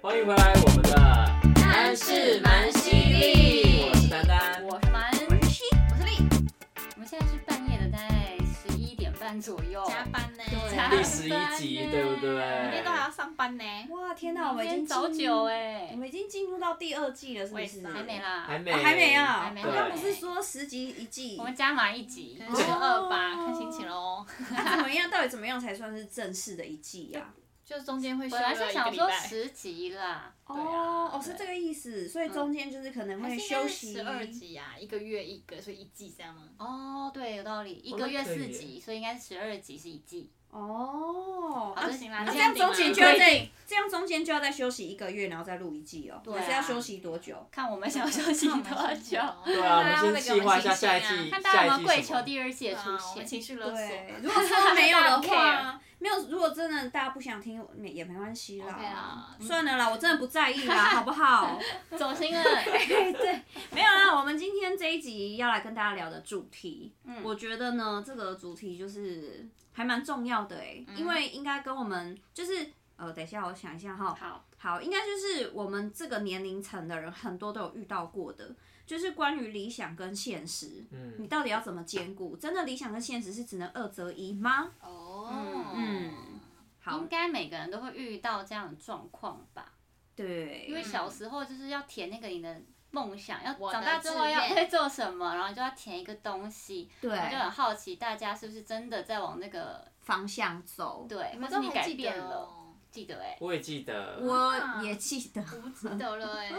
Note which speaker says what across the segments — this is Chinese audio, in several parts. Speaker 1: 欢迎回来，我们的
Speaker 2: 但是蛮犀利
Speaker 1: 我是丹丹。
Speaker 2: 我是蛮，我是丽。我们现在是半夜的，大概十一点半左右。
Speaker 3: 加班呢，
Speaker 2: 对啊
Speaker 1: 第十一集，对不
Speaker 3: 明天都还
Speaker 1: 对？
Speaker 3: 要上班呢。
Speaker 4: 哇，天哪，我们已
Speaker 2: 今天
Speaker 4: 经
Speaker 2: 早
Speaker 4: 进
Speaker 2: 九，哎
Speaker 4: 我，们已经进入到第二季了，是不
Speaker 3: 为
Speaker 4: 是？
Speaker 3: 啥
Speaker 2: 还没啦，
Speaker 1: 还没，
Speaker 4: 啊还没啊？
Speaker 2: 哦还没
Speaker 4: 我刚
Speaker 1: 对
Speaker 4: 不是说十集一季
Speaker 2: 我，们加码一集，
Speaker 3: 可能
Speaker 2: 十二吧，
Speaker 4: 哦
Speaker 2: 看心情喽。
Speaker 4: 那怎么样？到底怎么样才算是正式的一季啊呀？
Speaker 3: 就是中间会休
Speaker 2: 本来
Speaker 3: 了一
Speaker 2: 是
Speaker 3: 个
Speaker 2: 想
Speaker 3: 礼
Speaker 2: 说
Speaker 3: 拜，
Speaker 2: 十集啦，
Speaker 3: 对啊
Speaker 4: 哦，哦，是这个意思，所以中间就是可能
Speaker 3: 嗯
Speaker 4: 会休息
Speaker 3: 十二集呀、
Speaker 4: 啊
Speaker 3: 一个月一个，所以一季这样吗？
Speaker 2: 哦，对，有道理，一
Speaker 1: 我
Speaker 2: 个
Speaker 1: 们
Speaker 2: 月
Speaker 1: 可
Speaker 2: 四
Speaker 1: 以
Speaker 2: 集，所以应该是十二集是一季。
Speaker 4: 哦。
Speaker 2: 好
Speaker 4: 啊
Speaker 2: 的，行啦，
Speaker 4: 那这
Speaker 2: 样
Speaker 4: 样
Speaker 2: 定
Speaker 4: 中
Speaker 2: 啦
Speaker 4: 间就要
Speaker 2: 规定
Speaker 4: 再这样中间就要再休息一个月，然后再录一季哦。
Speaker 2: 对啊
Speaker 4: 还是要休息多久？
Speaker 2: 看我们想要休息多久。
Speaker 1: 对啊，我
Speaker 3: 大家
Speaker 1: 们
Speaker 3: 会
Speaker 1: 先
Speaker 3: 给
Speaker 1: 计
Speaker 3: 我们
Speaker 1: 划一下
Speaker 3: 信心
Speaker 1: 下
Speaker 3: 啊
Speaker 1: 一季，
Speaker 2: 看大家有
Speaker 1: 下
Speaker 2: 没
Speaker 1: 一季
Speaker 2: 有跪
Speaker 1: 什
Speaker 2: 求
Speaker 1: 么？
Speaker 2: 第二季的出
Speaker 3: 啊，我们
Speaker 2: 现。
Speaker 3: 情绪勒索。
Speaker 4: 对，如果说没有 的
Speaker 2: 大
Speaker 4: 话，没有，如果真的大家不想听也也没关系啦。
Speaker 3: OK 啊
Speaker 2: 啊
Speaker 3: 啦
Speaker 4: 算了啦，我真的不在意 啦，好不好？
Speaker 2: 走心了，
Speaker 4: 没有啊啦，我们今天这一集要来跟大家聊的主题，
Speaker 2: 嗯
Speaker 4: 我觉得呢，这个主题就是还蛮重要的哎、
Speaker 2: 嗯
Speaker 4: 因为应该跟我们就是呃，等一下我想一下哈，
Speaker 2: 好，
Speaker 4: 好，应该就是我们这个年龄层的人很多都有遇到过的，就是关于理想跟现实，你
Speaker 1: 嗯，
Speaker 4: 到底要怎么兼顾？真的理想跟现实是只能二择一吗？
Speaker 3: 哦，
Speaker 4: 嗯好
Speaker 2: 应，该每个人都会遇到这样的状况吧？因为
Speaker 4: 对，
Speaker 2: 小时候就是要填那个你的梦想，要
Speaker 3: 我的
Speaker 2: 长大之后要
Speaker 3: 志愿
Speaker 2: 会 做什么，然后就要填一个东西。
Speaker 4: 对
Speaker 2: 我就很好奇，大家是不是真的在往那个
Speaker 4: 方向走，
Speaker 2: 对，
Speaker 3: 你
Speaker 2: 或
Speaker 3: 们
Speaker 2: 者
Speaker 3: 都
Speaker 2: 你
Speaker 3: 还
Speaker 2: 改
Speaker 3: 记得
Speaker 2: 变了？
Speaker 3: 哦，
Speaker 2: 记得哎、
Speaker 1: 我也记得，
Speaker 4: 我
Speaker 2: 啊
Speaker 4: 也记得，
Speaker 3: 我不记得了 哎、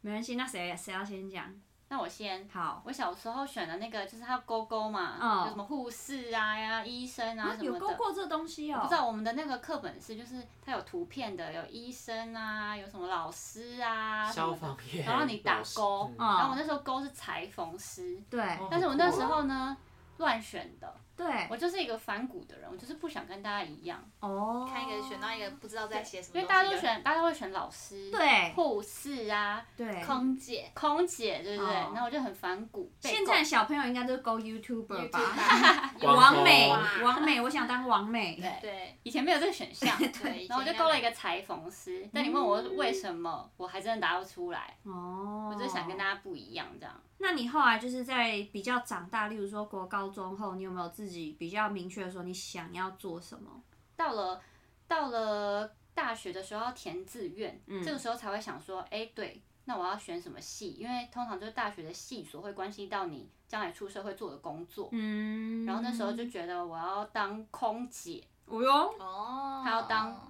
Speaker 4: 没关系，那谁谁要先讲？
Speaker 2: 那我先。
Speaker 4: 好。
Speaker 2: 我小时候选的那个就是它勾勾嘛，
Speaker 4: 嗯
Speaker 2: 有什么护士啊呀、医生啊
Speaker 4: 啊，
Speaker 2: 什么
Speaker 4: 有
Speaker 2: 的。
Speaker 4: 勾过这东西哦、
Speaker 2: 不知道我们的那个课本是，就是它有图片的，有医生啊，有什么老师啊，什么
Speaker 1: 消
Speaker 2: 的
Speaker 1: 防员，
Speaker 2: 然后你打勾
Speaker 1: 老师嗯
Speaker 2: 然后我那时候勾是裁缝师，
Speaker 4: 对
Speaker 1: 哦
Speaker 2: 但是我那时候呢乱选的，
Speaker 4: 对
Speaker 2: 我就是一个反骨的人，我就是不想跟大家一样，
Speaker 4: 哦，
Speaker 3: 看一个选到一个不知道在写什么，啊
Speaker 2: 因为大家都选，大家都会选老师、
Speaker 4: 对
Speaker 2: 护士啊、
Speaker 4: 对。
Speaker 3: 空姐，
Speaker 2: 空姐，对不对？
Speaker 4: 哦
Speaker 2: 然后我就很反骨。被
Speaker 4: 现
Speaker 2: 狗
Speaker 4: 在小朋友应该都是勾 YouTuber 吧？
Speaker 1: 网
Speaker 4: 王美，
Speaker 1: 网
Speaker 4: 王美，我想当王 美。
Speaker 2: 对
Speaker 3: 对，
Speaker 2: 以前没有这个选项，
Speaker 3: 对
Speaker 2: 然后我就勾了一个裁缝师。但你问我为什么，我还真的答不出来，
Speaker 4: 哦，
Speaker 2: 我就想跟大。家不一样这样。
Speaker 4: 那你后来就是在比较长大，例如说国高中后，你有没有自己比较明确的说你想要做什么？
Speaker 2: 到了到了大学的时候要填志愿，
Speaker 4: 嗯
Speaker 2: 这个时候才会想说，哎、对，那我要选什么系？因为通常就是大学的系所会关系到你将来出社会做的工作。
Speaker 4: 嗯，
Speaker 2: 然后那时候就觉得我要当空姐、
Speaker 4: 哦哟，
Speaker 3: 哦，
Speaker 2: 他要当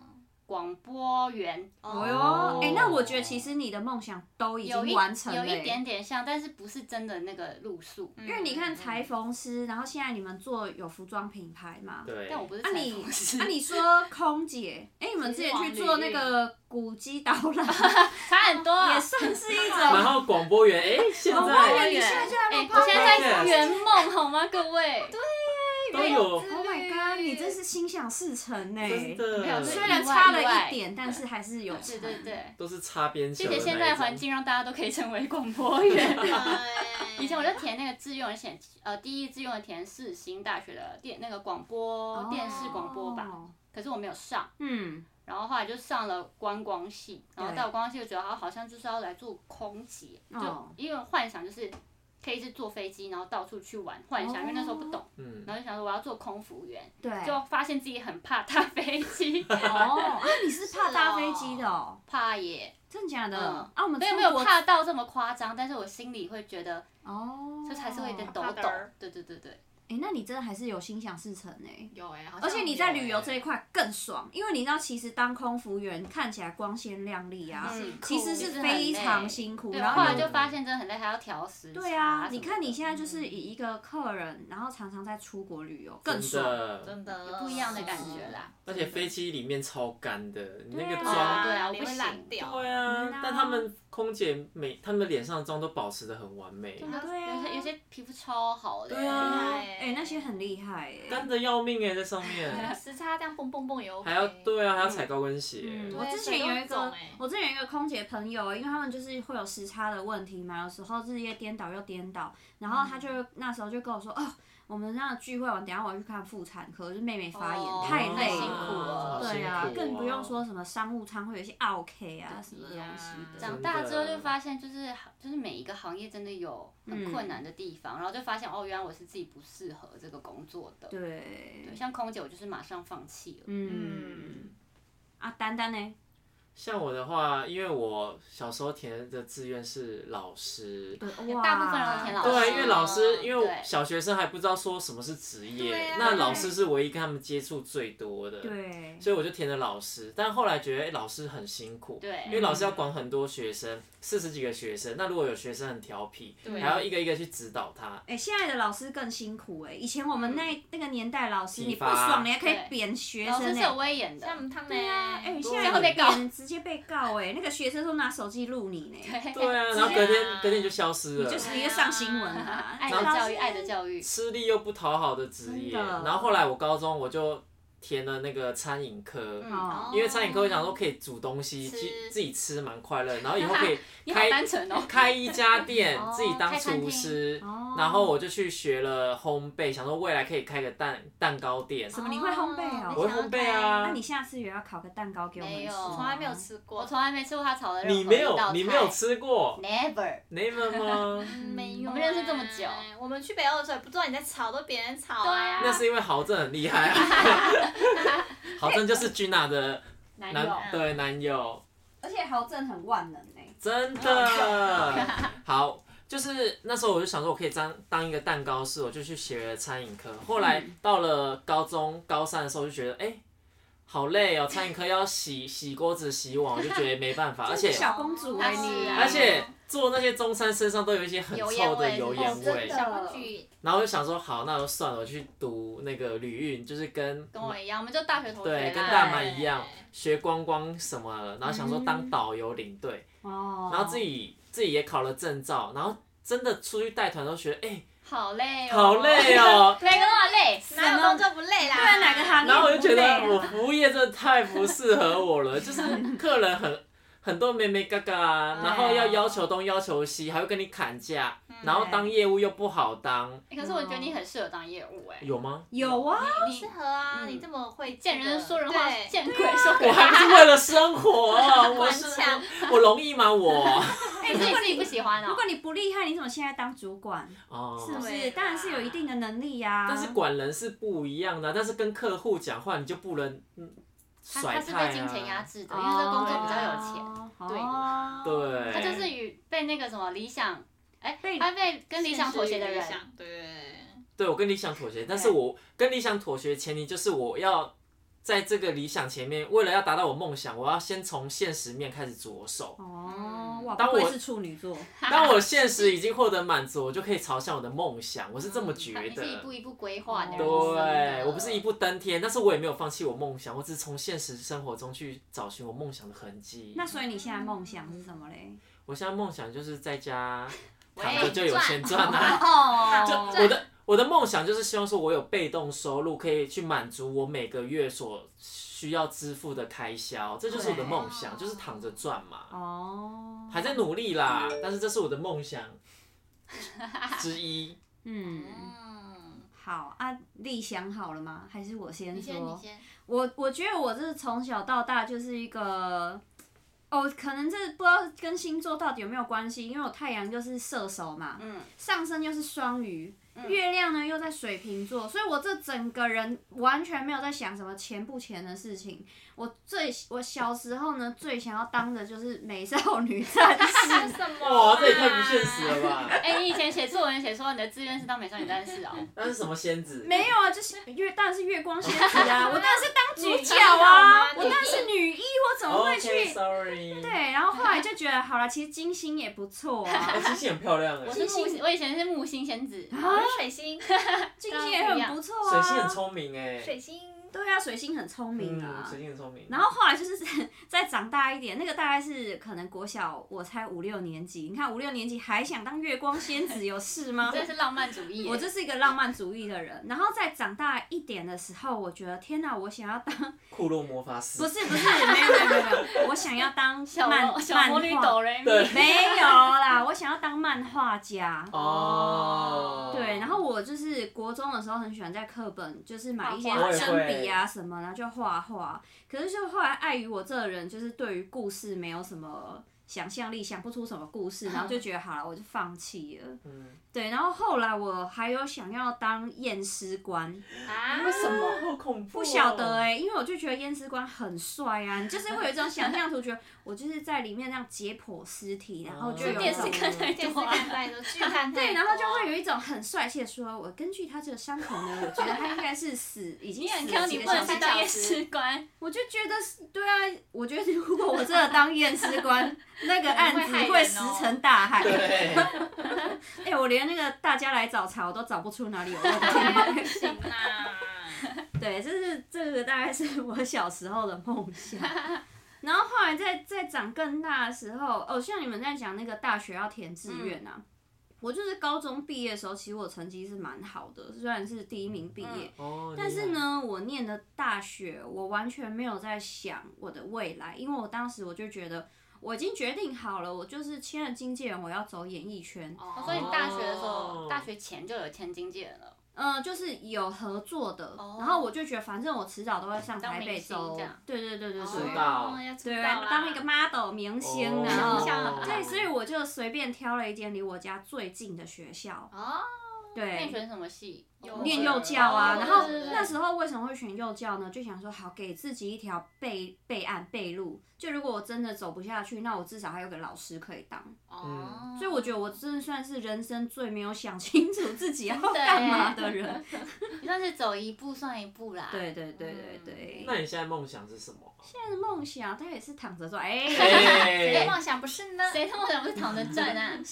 Speaker 2: 广播员，
Speaker 4: 哦
Speaker 1: 哦
Speaker 4: 哟，哎，那我觉得其实你的梦想都已
Speaker 2: 有一
Speaker 4: 经完成
Speaker 2: 有
Speaker 4: 了耶，
Speaker 2: 一点点像，但是不是真的那个路数。
Speaker 3: 嗯
Speaker 4: 因为你看裁缝师，然后现在你们做有服装品牌嘛，
Speaker 1: 对，
Speaker 2: 但我不是
Speaker 4: 啊
Speaker 2: 裁
Speaker 4: 你
Speaker 2: 缝师，
Speaker 4: 啊，你说空姐， 哎、你们之前去做那个古迹导 览，
Speaker 2: 差很多啊。
Speaker 4: 也算是一
Speaker 1: 然
Speaker 4: 种。
Speaker 1: 后广播员，哎，现
Speaker 4: 广播
Speaker 1: 在
Speaker 4: 员你现在啊就在
Speaker 2: 哎、
Speaker 4: 录
Speaker 2: 我现在在
Speaker 1: podcast
Speaker 2: 圆梦好吗，各位？
Speaker 1: 都有，
Speaker 4: Oh my god！你真是心想事成呢、
Speaker 1: 真
Speaker 2: 没有
Speaker 4: 虽
Speaker 2: 所
Speaker 1: 的，
Speaker 2: 以
Speaker 4: 然差了一点，但是还是有
Speaker 2: 对
Speaker 4: 成。
Speaker 2: 对对，
Speaker 1: 都是擦边球
Speaker 2: 谢
Speaker 1: 的那
Speaker 2: 谢
Speaker 1: 一种。
Speaker 2: 现在环境让大家都可以成为广播员。 以前我就填那个志愿，我填呃第一志愿填世新大学的电那个广播、
Speaker 4: 哦
Speaker 2: 电视广播吧，可是我没有上，
Speaker 4: 嗯，
Speaker 2: 然后后来就上了观光系，然后到观光系我觉得啊好好像就是要来做空姐，就
Speaker 4: 哦
Speaker 2: 因为幻想就是可以是坐飞机，然后到处去玩，幻想因为那时候不懂，
Speaker 1: 嗯，
Speaker 2: 然后就想说我要做空服员，
Speaker 4: 哦对。
Speaker 2: 就发现自己很怕搭飞机，
Speaker 4: 哦，啊，你是怕搭飞机的哦？
Speaker 2: 怕 耶，
Speaker 4: 真的假的？
Speaker 2: 啊嗯
Speaker 4: 啊，我们
Speaker 2: 对，
Speaker 4: 出
Speaker 2: 没有
Speaker 4: 国
Speaker 2: 怕到这么夸张，但是我心里会觉得
Speaker 4: 哦，
Speaker 2: 就是还是会有点抖
Speaker 3: 怕
Speaker 2: 抖
Speaker 3: 的儿，
Speaker 2: 对对对对。
Speaker 4: 哎、那你真的还是有心想事成呢、
Speaker 3: 有哎、好像
Speaker 4: 而且你在旅游
Speaker 3: 有
Speaker 4: 这
Speaker 3: 欸
Speaker 4: 一块更爽，因为你知道，其实当空服员看起来光鲜亮丽啊，
Speaker 2: 嗯
Speaker 4: 其实
Speaker 2: 其实
Speaker 4: 是
Speaker 2: 很累
Speaker 4: 非常辛苦。
Speaker 2: 对，啊
Speaker 4: 然
Speaker 2: 后
Speaker 4: 后
Speaker 2: 来
Speaker 4: 你
Speaker 2: 就发现真的很累，还要调时差什么的。嗯
Speaker 4: 对啊，你看你现在就是以一个客人，然后常常在出国旅游，更
Speaker 1: 真
Speaker 4: 爽。
Speaker 1: 的，
Speaker 3: 真的
Speaker 2: 有不一样的感觉啦。
Speaker 1: 而且飞机里面超干的，你那个
Speaker 4: 对
Speaker 2: 对
Speaker 1: 妆
Speaker 2: 啊，对啊，我
Speaker 3: 脸
Speaker 2: 不
Speaker 3: 会烂
Speaker 2: 行。
Speaker 3: 掉。
Speaker 1: 对啊
Speaker 4: 嗯啊，
Speaker 1: 但他们空姐每他们脸上的妆都保持的很完美，
Speaker 2: 真的
Speaker 4: 对啊
Speaker 2: 有些有些皮肤超好的，
Speaker 1: 对啊
Speaker 3: 厉害欸
Speaker 4: 哎、那些很厉害哎、
Speaker 1: 干的要命哎，在上 面
Speaker 3: 时差这样蹦蹦蹦也 OK，
Speaker 1: 还要对啊，还要踩高跟鞋，
Speaker 4: 嗯，
Speaker 3: 对
Speaker 4: 我之前有一
Speaker 3: 水都
Speaker 4: 个
Speaker 3: 肿欸，
Speaker 4: 我之前有一个空姐朋友，因为他们就是会有时差的问题嘛，有时候日夜颠倒又颠倒，然后他就、那时候就跟我说，哦，我们那聚会完，等一下我要去看妇产科，就是妹妹发炎，
Speaker 3: 哦
Speaker 4: 太累
Speaker 3: 太辛
Speaker 4: 了。
Speaker 3: 苦了
Speaker 4: 对啊
Speaker 1: 好辛苦哦，
Speaker 4: 更不用说什么商务舱会有一些 OK 啊什么
Speaker 3: 对
Speaker 4: 东
Speaker 3: 呀
Speaker 4: 西
Speaker 3: 真的。
Speaker 4: 的
Speaker 2: 长大之后就发现，就是就是每一个行业真的有很困难的地方，然后就发现哦，原来我是自己不适合这个工作的。
Speaker 4: 对，
Speaker 2: 对，像空姐，我就是马上放弃了。
Speaker 4: 嗯，啊，丹丹呢？
Speaker 1: 像我的话，因为我小时候填的志愿是老师，
Speaker 4: 对，哇，
Speaker 2: 大部分人都填老师
Speaker 1: 对，因为老师，因为
Speaker 2: 对
Speaker 1: 小学生还不知道说什么是职
Speaker 3: 对
Speaker 1: 业，
Speaker 3: 啊
Speaker 1: 那老师是唯一跟他们接触最多的，
Speaker 4: 对，
Speaker 1: 所以我就填了老师。但后来觉得，哎、老师很辛苦，
Speaker 2: 对
Speaker 1: 因为老师要管很多学生，四十几个学生，那如果有学生很调皮，
Speaker 3: 对
Speaker 1: 还要一个一个去指导 他。
Speaker 4: 哎、现在的老师更辛苦哎、以前我们那、那个年代，老师
Speaker 1: 体
Speaker 4: 你不
Speaker 1: 罚啊
Speaker 4: 爽，你还可以
Speaker 2: 对
Speaker 4: 扁学
Speaker 2: 老师
Speaker 4: 生
Speaker 2: 是
Speaker 4: 哎、
Speaker 2: 有威严的。
Speaker 3: 像他们
Speaker 4: 对啊，哎、
Speaker 3: 嗯哎，
Speaker 4: 现在
Speaker 2: 会被告
Speaker 4: 扁直接被告哎、那个学生都拿手机录你呢、
Speaker 1: 对啊，然后隔天隔天就消失了，
Speaker 4: 就是一个上新闻 啊，
Speaker 2: 爱
Speaker 4: 这
Speaker 2: 的
Speaker 4: 老
Speaker 2: 教
Speaker 4: 师
Speaker 2: 育，爱的教育。
Speaker 1: 吃力又不讨好的职业。
Speaker 4: 真的
Speaker 1: 然后后来我高中我就填了那个餐饮科。
Speaker 4: 哦
Speaker 1: 因为餐饮科，我想说可以煮东西，
Speaker 3: 吃
Speaker 1: 自自己吃蛮快 乐，然后以后可以
Speaker 2: 哦你好
Speaker 1: 开
Speaker 2: 单纯哦。
Speaker 1: 开一家店
Speaker 2: 哦，
Speaker 1: 自己当
Speaker 2: 开餐
Speaker 1: 厨
Speaker 2: 厅
Speaker 1: 师
Speaker 4: 哦，
Speaker 1: 然后我就去学了烘焙，想说未来可以开个蛋蛋糕店，
Speaker 4: 什么你会烘焙哦
Speaker 1: 我会烘焙啊
Speaker 4: 那你下次也要烤个蛋糕给我们
Speaker 2: 没
Speaker 4: 吃，
Speaker 2: 有
Speaker 3: 哦从来没有吃过，
Speaker 2: 我从来没吃过他炒的任何
Speaker 1: 你没
Speaker 2: 一
Speaker 1: 有
Speaker 2: 道菜
Speaker 1: 你没有吃过
Speaker 2: Never。
Speaker 1: never 吗？
Speaker 3: 没有，啊
Speaker 2: 我们认识这么久，
Speaker 3: 我们去北欧的时候也不知道你在吵，都别人吵、
Speaker 2: 对啊
Speaker 1: 那是因为豪正很厉害啊， 豪正就是君娜的
Speaker 2: 男
Speaker 1: 男
Speaker 2: 友。
Speaker 1: 对男友，
Speaker 4: 而且豪正很万能哎、
Speaker 1: 真的好。就是那时候我就想说，我可以当当一个蛋糕师，我就去学了餐饮科。后来到了高中高三的时候，我就觉得哎、好累哦，餐饮科要洗洗锅子、洗碗，我就觉得没办法，而且
Speaker 4: 真是小公主哎、
Speaker 2: 啊
Speaker 4: 你，
Speaker 1: 而且做那些中餐身上都有一些很
Speaker 2: 油烟
Speaker 1: 臭的
Speaker 2: 味
Speaker 1: 油
Speaker 2: 是
Speaker 1: 烟
Speaker 2: 不是
Speaker 1: 味
Speaker 2: 哦真的，
Speaker 3: 小公举
Speaker 1: 然后我就想说好，那就算了，我去读那个旅运，就是跟
Speaker 2: 跟我一样，我们就大学同学啊。
Speaker 1: 对跟大蛮一样学光光什么了，然后想说当导游领队，
Speaker 4: 哦，
Speaker 1: 然后自己自己也考了证照，然后真的出去带团都觉得哎、
Speaker 2: 好累哦。，
Speaker 1: 好累哦
Speaker 2: 每个都好累。
Speaker 3: 哪有工作不累啦？
Speaker 4: 不然啊哪个行业
Speaker 1: 然后我就觉得
Speaker 4: 不累
Speaker 1: 我
Speaker 4: 啊
Speaker 1: 服务业真的太不适合我了，就是客人很。很多妹妹嘎嘎啊，然后要要求东要求西，还会跟你砍价，然后当业务又不好当，
Speaker 2: 欸可是我觉得你很适合当业务哎。
Speaker 1: 有吗？
Speaker 4: 有啊，
Speaker 2: 你
Speaker 3: 适合啊，
Speaker 2: 嗯
Speaker 3: 你这么会
Speaker 2: 见人说人话，
Speaker 3: 对
Speaker 2: 见鬼说鬼
Speaker 1: 我
Speaker 2: 话。
Speaker 1: 还不是为了生活，哦我 是
Speaker 3: 顽强
Speaker 1: 我容易吗？我
Speaker 2: 哎，你自己不喜欢
Speaker 4: 如
Speaker 2: 哦。
Speaker 4: 果你不厉害，你怎么现在当主管？
Speaker 1: 哦
Speaker 4: 是，不
Speaker 3: 对
Speaker 2: 啊
Speaker 4: 是？
Speaker 3: 啦
Speaker 4: 当然是有一定的能力呀、
Speaker 1: 但是管人是不一样的，但是跟客户讲话你就不能嗯
Speaker 2: 他
Speaker 1: 甩
Speaker 2: 他是
Speaker 1: 太
Speaker 2: 被金钱压
Speaker 1: 啊。
Speaker 2: 制的，因为这个工作比较有钱。
Speaker 4: 钱，
Speaker 2: 对
Speaker 4: 哦、
Speaker 1: 对
Speaker 2: 他就是与被那个什么理想，哎、
Speaker 4: 被
Speaker 2: 他被跟理想妥协的人
Speaker 3: 现实与理，想对。
Speaker 1: 对我跟理想妥协，但是我跟理想妥协的前提就是我要在这个理想前面，为了要达到我梦想，我要先从现实面开始着 手。
Speaker 4: 哦，哇，
Speaker 1: 当
Speaker 4: 不愧
Speaker 1: 我
Speaker 4: 是处女座，
Speaker 1: 当我现实已经获得满足，我就可以朝向我的梦想。我是这么觉
Speaker 2: 他你
Speaker 1: 得。
Speaker 2: 是一步一步规划的人
Speaker 1: 对，
Speaker 2: 生的
Speaker 1: 我不是一步登天，但是我也没有放弃我梦想，我只是从现实生活中去找寻我梦想的痕迹。
Speaker 4: 那所以你现在梦想是什么嘞？
Speaker 1: 我现在梦想就是在家
Speaker 3: 喂
Speaker 1: 躺着就有钱赚啊！
Speaker 4: 哦，
Speaker 1: 就我的我的梦想就是希望说我有被动收入，可以去满足我每个月所需要支付的开销，这就是我的梦想，
Speaker 3: 对
Speaker 1: 就是躺着赚嘛。
Speaker 4: 哦，
Speaker 1: 还在努力啦，但是这是我的梦想之一。
Speaker 4: 嗯，
Speaker 3: 嗯，
Speaker 4: 好啊，立想好了吗？还是我先
Speaker 3: 你
Speaker 4: 说？
Speaker 3: 先，你先。
Speaker 4: 我我觉得我是从小到大就是一个，哦，可能这不知道跟星座到底有没有关系，因为我太阳就是射手嘛，
Speaker 2: 嗯，
Speaker 4: 上升又是双鱼，
Speaker 3: 嗯
Speaker 4: 月亮呢又在水瓶座，所以我这整个人完全没有在想什么钱不钱的事情。我最我小时候呢最想要当的就是美少女战士，
Speaker 3: 什么
Speaker 1: 哇，这也太不现实了吧！
Speaker 2: 哎、你以前写作文写说你的志愿是当美少女战士哦，
Speaker 1: 那是什么仙子？
Speaker 4: 没有啊，就是月当然是月光仙子 啊，我当然是当主角哦
Speaker 3: 女
Speaker 4: 啊，
Speaker 3: 一好吗
Speaker 4: 我当然是女一，我怎么会去
Speaker 1: o k sorry。
Speaker 4: 对，然后后来就觉得好了，其实金星也不错啊
Speaker 1: 哎，，星星很漂亮哎
Speaker 2: 我，是木星，我以前是木星仙子，
Speaker 4: 啊
Speaker 3: 我是水星，
Speaker 4: 金星也很不错啊。
Speaker 1: 水星很聪明哎。
Speaker 3: 水星
Speaker 4: 对啊，水星很聪明
Speaker 1: 嗯，
Speaker 4: 啊。
Speaker 1: 水晶很聪明。
Speaker 4: 然后后来就是再长大一点，那个大概是可能国小，我才五六年级。你看五六年级还想当月光仙子，有事 吗？
Speaker 2: 真的是浪漫主义耶。
Speaker 4: 我就是一个浪漫主义的人。然后再长大一点的时候，我觉得天哪，我想要当
Speaker 1: 库洛魔法师
Speaker 4: 不是不是没有没有没有没 有，我想要当
Speaker 2: 小
Speaker 4: 漫
Speaker 2: 魔小魔女
Speaker 4: 漫画
Speaker 2: 哆瑞咪，
Speaker 1: 对
Speaker 4: 没有啦，我想要当漫画家。
Speaker 1: 哦，
Speaker 4: 对，然后我就是国中的时候很喜欢在课本，就是买一些
Speaker 2: 画画
Speaker 4: 铅笔啊什么，然后就画画。可是就后来碍于我这个人就是对于故事没有什么想象力，想不出什么故 事，然后就觉得好了，我就放弃了。
Speaker 1: 嗯，
Speaker 4: 对，然后后来我还有想要当验尸官，
Speaker 3: 啊，
Speaker 1: 为什么好恐怖哦？
Speaker 4: 不晓得哎、因为我就觉得验尸官很帅啊，你就是会有一种想象图，觉得我就是在里面那样解剖尸体，然后就
Speaker 1: 哦
Speaker 4: 有一种
Speaker 2: 电视看太
Speaker 3: 电视
Speaker 2: 多啊，
Speaker 3: 看太多，剧看太多，
Speaker 4: 对，然后就 会有一种很帅气的说，我根据他这个伤口呢，我觉得他应该是死，已经
Speaker 2: 你很
Speaker 4: 死了
Speaker 2: 坑，
Speaker 4: 几
Speaker 2: 你
Speaker 4: 个
Speaker 2: 不能
Speaker 4: 小
Speaker 2: 去
Speaker 4: 时。
Speaker 2: 当验尸官，
Speaker 4: 我就觉得是对啊，我觉得如果我真的当验尸官，那个案
Speaker 3: 会害
Speaker 4: 子
Speaker 3: 人
Speaker 4: 会石
Speaker 3: 哦
Speaker 4: 沉 大 海。
Speaker 1: 对，
Speaker 4: 哎、我连那个大家来找茬，我都找不出哪里有问题。
Speaker 3: 不行啦。
Speaker 4: 对，这是这个大概是 我小时候的梦想。然后后来在在长更大的时候，哦，像你们在讲那个大学要填志愿啊，我就是高中毕业的时候，其实我成绩是蛮好的，虽然是第一名毕业，
Speaker 2: 嗯
Speaker 1: 哦，
Speaker 4: 但是
Speaker 1: 厉害，
Speaker 4: 呢，我念的大学，我完全没有在想我的未来，因为我当时我就觉得我已经决定好了，我就是签了经纪人，我要走演艺圈，
Speaker 2: 哦
Speaker 3: 哦
Speaker 2: 所以你大学的时
Speaker 1: 哦
Speaker 2: 候，大学前就有签经纪人了，
Speaker 4: 嗯、就是有合作的。
Speaker 3: 哦
Speaker 4: 然后我就觉得，反正我迟早都会上
Speaker 2: 当
Speaker 4: 台
Speaker 2: 明
Speaker 4: 北
Speaker 2: 星
Speaker 4: 走
Speaker 2: 这样，
Speaker 4: 对对对对
Speaker 1: 出
Speaker 4: 对。
Speaker 1: 道
Speaker 3: 哦要出
Speaker 4: 对，
Speaker 3: 道啦
Speaker 4: 当一个 model 明星，
Speaker 1: 哦
Speaker 4: 然后
Speaker 3: 形象
Speaker 4: 啊对，所以我就随便挑了一间离我家最近的学校，
Speaker 3: 哦，
Speaker 2: 那你
Speaker 4: 对，
Speaker 2: 选什么系？
Speaker 3: 有
Speaker 4: 念幼教啊。
Speaker 3: 哦
Speaker 4: 然后
Speaker 3: 对对对
Speaker 4: 那时候为什么会选幼教呢？就想说好，给自己一条备备案备路，就如果我真的走不下去，那我至少还有个老师可以当。
Speaker 1: 嗯
Speaker 3: 哦，
Speaker 4: 所以我觉得我真的算是人生最没有想清楚自己要干嘛的人。
Speaker 2: 你算是走一步算一步啦。
Speaker 4: 对对对对对。
Speaker 3: 嗯
Speaker 1: 那你现在梦想是什 么？
Speaker 4: 现在的梦想，他也是躺着说，哎、
Speaker 3: 谁的
Speaker 1: 哎
Speaker 3: 梦想不是呢？
Speaker 2: 谁他妈想不是躺着赚啊？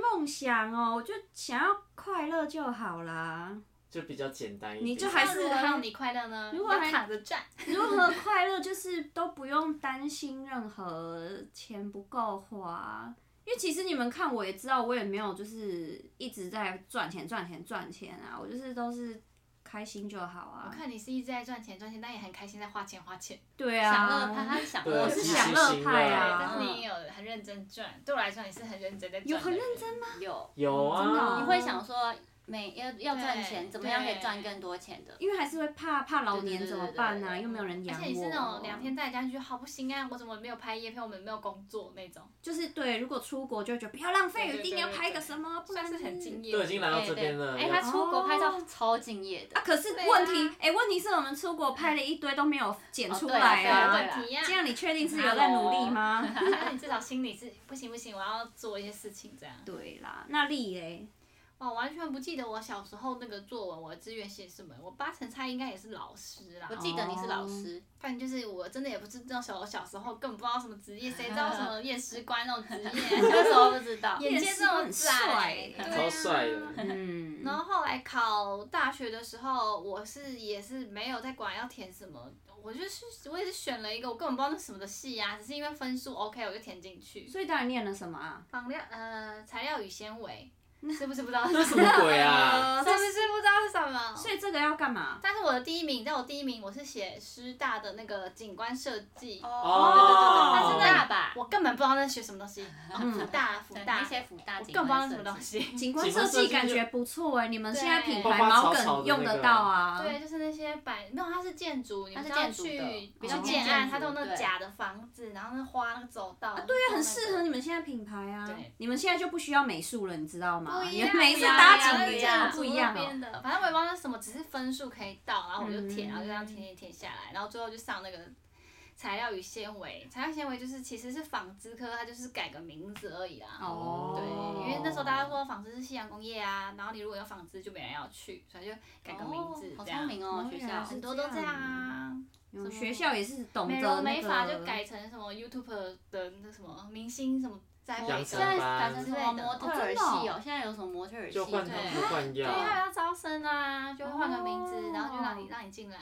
Speaker 4: 梦想哦，我就想要快乐就好啦。
Speaker 1: 就比较简单一点，
Speaker 4: 你就还是
Speaker 3: 那如何让你快乐呢？
Speaker 4: 如果还
Speaker 3: 要躺着赚，
Speaker 4: 如何快乐就是都不用担心任何钱不够花，因为其实你们看我也知道，我也没有就是一直在赚钱赚钱赚钱啊，我就是都是开心就好
Speaker 3: 我
Speaker 4: 啊。
Speaker 3: 看你是一直在赚钱赚钱，但也很开心在花钱花钱。
Speaker 4: 对
Speaker 2: 享乐派，
Speaker 4: 啊，
Speaker 2: 他是享
Speaker 1: 对
Speaker 2: 乐
Speaker 4: 我
Speaker 2: 派，
Speaker 4: 是
Speaker 1: 积极
Speaker 4: 享乐派
Speaker 1: 对
Speaker 3: 但
Speaker 4: 啊
Speaker 3: 是，你
Speaker 4: 嗯
Speaker 3: 也有很认真赚，对我来说你是很认真在赚。
Speaker 4: 有很认
Speaker 3: 真吗？
Speaker 2: 有，
Speaker 1: 有
Speaker 4: 真的哦
Speaker 1: 啊，
Speaker 2: 你会想说每要要赚
Speaker 3: 对
Speaker 2: 钱，怎么样可以
Speaker 3: 对
Speaker 2: 赚更多钱的？
Speaker 4: 因为还是会怕怕老年怎么办
Speaker 2: 对对对
Speaker 4: 呢、
Speaker 2: 对对
Speaker 4: 又没有人
Speaker 3: 而
Speaker 4: 养
Speaker 3: 且你是那种
Speaker 4: 我。
Speaker 3: 两天在家就觉得好不心安，我怎么没有拍叶片，我们没有工作那种，
Speaker 4: 就是对，如果出国就会觉得不要浪费，
Speaker 3: 对对
Speaker 4: 一定要
Speaker 3: 对对
Speaker 4: 拍个什么，不
Speaker 3: 算
Speaker 4: 然
Speaker 3: 是很敬业。
Speaker 1: 都已经 来到这边了，
Speaker 2: 哎、他出国拍
Speaker 4: 哦
Speaker 2: 照超敬业的
Speaker 4: 啊，，可是
Speaker 3: 对啊
Speaker 4: 问题，哎、问题是我们出国拍了一堆都没有剪出来
Speaker 2: 对啊对啊对
Speaker 4: 啊
Speaker 2: 啊。
Speaker 3: 问题呀
Speaker 4: 这。样你确定是有在努力吗？
Speaker 3: 那你至少心里是不行不行，我要做一些事情这样。
Speaker 4: 对啦，那丽嘞，
Speaker 3: 哇，我完全不记得我小时候那个作文，我的志愿写什么，我八成猜应该也是老师啦
Speaker 2: 我。
Speaker 3: 哦
Speaker 2: 记得你是老师，
Speaker 3: 反正就是我真的也不是那时候小时候根本不知道什么职业，谁知道什 么验尸官那种职
Speaker 4: 哦
Speaker 3: 业，啊
Speaker 2: 那
Speaker 3: 那
Speaker 2: 时
Speaker 3: 时
Speaker 2: 候
Speaker 3: 候
Speaker 2: 不知道。
Speaker 3: 眼界这么
Speaker 4: 验尸官很帅
Speaker 3: 窄
Speaker 4: 欸，
Speaker 3: 对啊
Speaker 1: 超帅的。
Speaker 4: 嗯，
Speaker 3: 然后后来考大学的时候，我是也是没有在管要填什么，我就是我也是选了一个我根本不知道那是什么的系呀、只是因为分数 OK 我就填进去。
Speaker 4: 所以到底念了什么啊？
Speaker 3: 仿料呃材料与纤维，是不是不知道 是什
Speaker 1: 什
Speaker 3: 么？
Speaker 1: 么鬼啊？
Speaker 3: 是
Speaker 4: 呃
Speaker 3: 不是不知道是什么？
Speaker 4: 所以这个要干嘛？
Speaker 3: 但是我的第一名，但我第一名我是写师大的那个景观设计，
Speaker 1: 哦
Speaker 2: 对对对对，但是大吧，
Speaker 3: 我根本不知道那是学什么东西，福大福
Speaker 2: 对
Speaker 3: 大
Speaker 2: 那，些福大
Speaker 3: 我
Speaker 2: 景
Speaker 3: 更不知道
Speaker 2: 观
Speaker 3: 那是
Speaker 2: 设
Speaker 3: 什么东
Speaker 2: 计，
Speaker 3: 西。
Speaker 4: 景观设
Speaker 1: 景观设
Speaker 4: 计
Speaker 1: 计
Speaker 4: 感觉不错哎、你们
Speaker 3: 对
Speaker 4: 现在品牌
Speaker 1: 花花草
Speaker 4: 毛
Speaker 1: 草
Speaker 4: 梗
Speaker 1: 的
Speaker 4: 用
Speaker 1: 那
Speaker 4: 得
Speaker 1: 个
Speaker 4: 到啊。
Speaker 3: 对，就是那些摆，没有，它是建筑，你
Speaker 2: 它
Speaker 3: 们
Speaker 2: 是
Speaker 3: 知道
Speaker 2: 建筑的
Speaker 3: 去
Speaker 2: 比
Speaker 3: 比
Speaker 4: 较
Speaker 3: 较
Speaker 4: 偏
Speaker 3: 建
Speaker 4: 建
Speaker 3: 案，
Speaker 4: 筑
Speaker 3: 它都那
Speaker 2: 对
Speaker 3: 假的房子，然后那花那个走道，对
Speaker 4: 这很适合你们现在品牌啊
Speaker 3: 对。
Speaker 4: 你们现在就不需要美术了，你知道吗？
Speaker 3: 不一
Speaker 4: 你
Speaker 3: 样，
Speaker 4: 们每次
Speaker 2: 不一样
Speaker 4: 啊搭
Speaker 2: 不
Speaker 4: 景
Speaker 2: 一
Speaker 4: 你
Speaker 2: 样
Speaker 4: 真的不一样
Speaker 3: 那
Speaker 4: 哦。
Speaker 3: 边的，反正我也不知道那是什么，只是分数可以到，然后我就
Speaker 4: 嗯
Speaker 3: 填，然后就这样填填填下来，然后最后就上那个。材料与纤维，材料纤维就是其实是纺织科，它就是改个名字而已啦。
Speaker 4: 哦
Speaker 3: 对，
Speaker 1: 哦
Speaker 3: 因为那时候大家说纺织是夕阳工业啊，然后你如果有纺织就没人要去，所以就改个名字
Speaker 2: 哦好
Speaker 3: 这
Speaker 2: 聪
Speaker 3: 样。
Speaker 2: 明哦，学
Speaker 4: 原来
Speaker 2: 校
Speaker 4: 是
Speaker 3: 很多都这样啊，
Speaker 4: 嗯学校也是懂
Speaker 3: 美
Speaker 4: 得
Speaker 3: 容
Speaker 4: 那
Speaker 3: 美发就
Speaker 4: 个。
Speaker 3: 改成什么 YouTube 的那什么明星什么栽
Speaker 4: 哦
Speaker 3: 培
Speaker 1: 养
Speaker 2: 现
Speaker 1: 成
Speaker 2: 在
Speaker 1: 班
Speaker 2: 改成什么模特儿系
Speaker 4: 哦真的
Speaker 2: 哦，现在有什么模特儿系？
Speaker 1: 就换汤
Speaker 3: 对
Speaker 1: 不换
Speaker 3: 对，因为
Speaker 1: 药，
Speaker 3: 要招生啊，就会换个名字，
Speaker 4: 哦
Speaker 3: 然后就让你让你进来。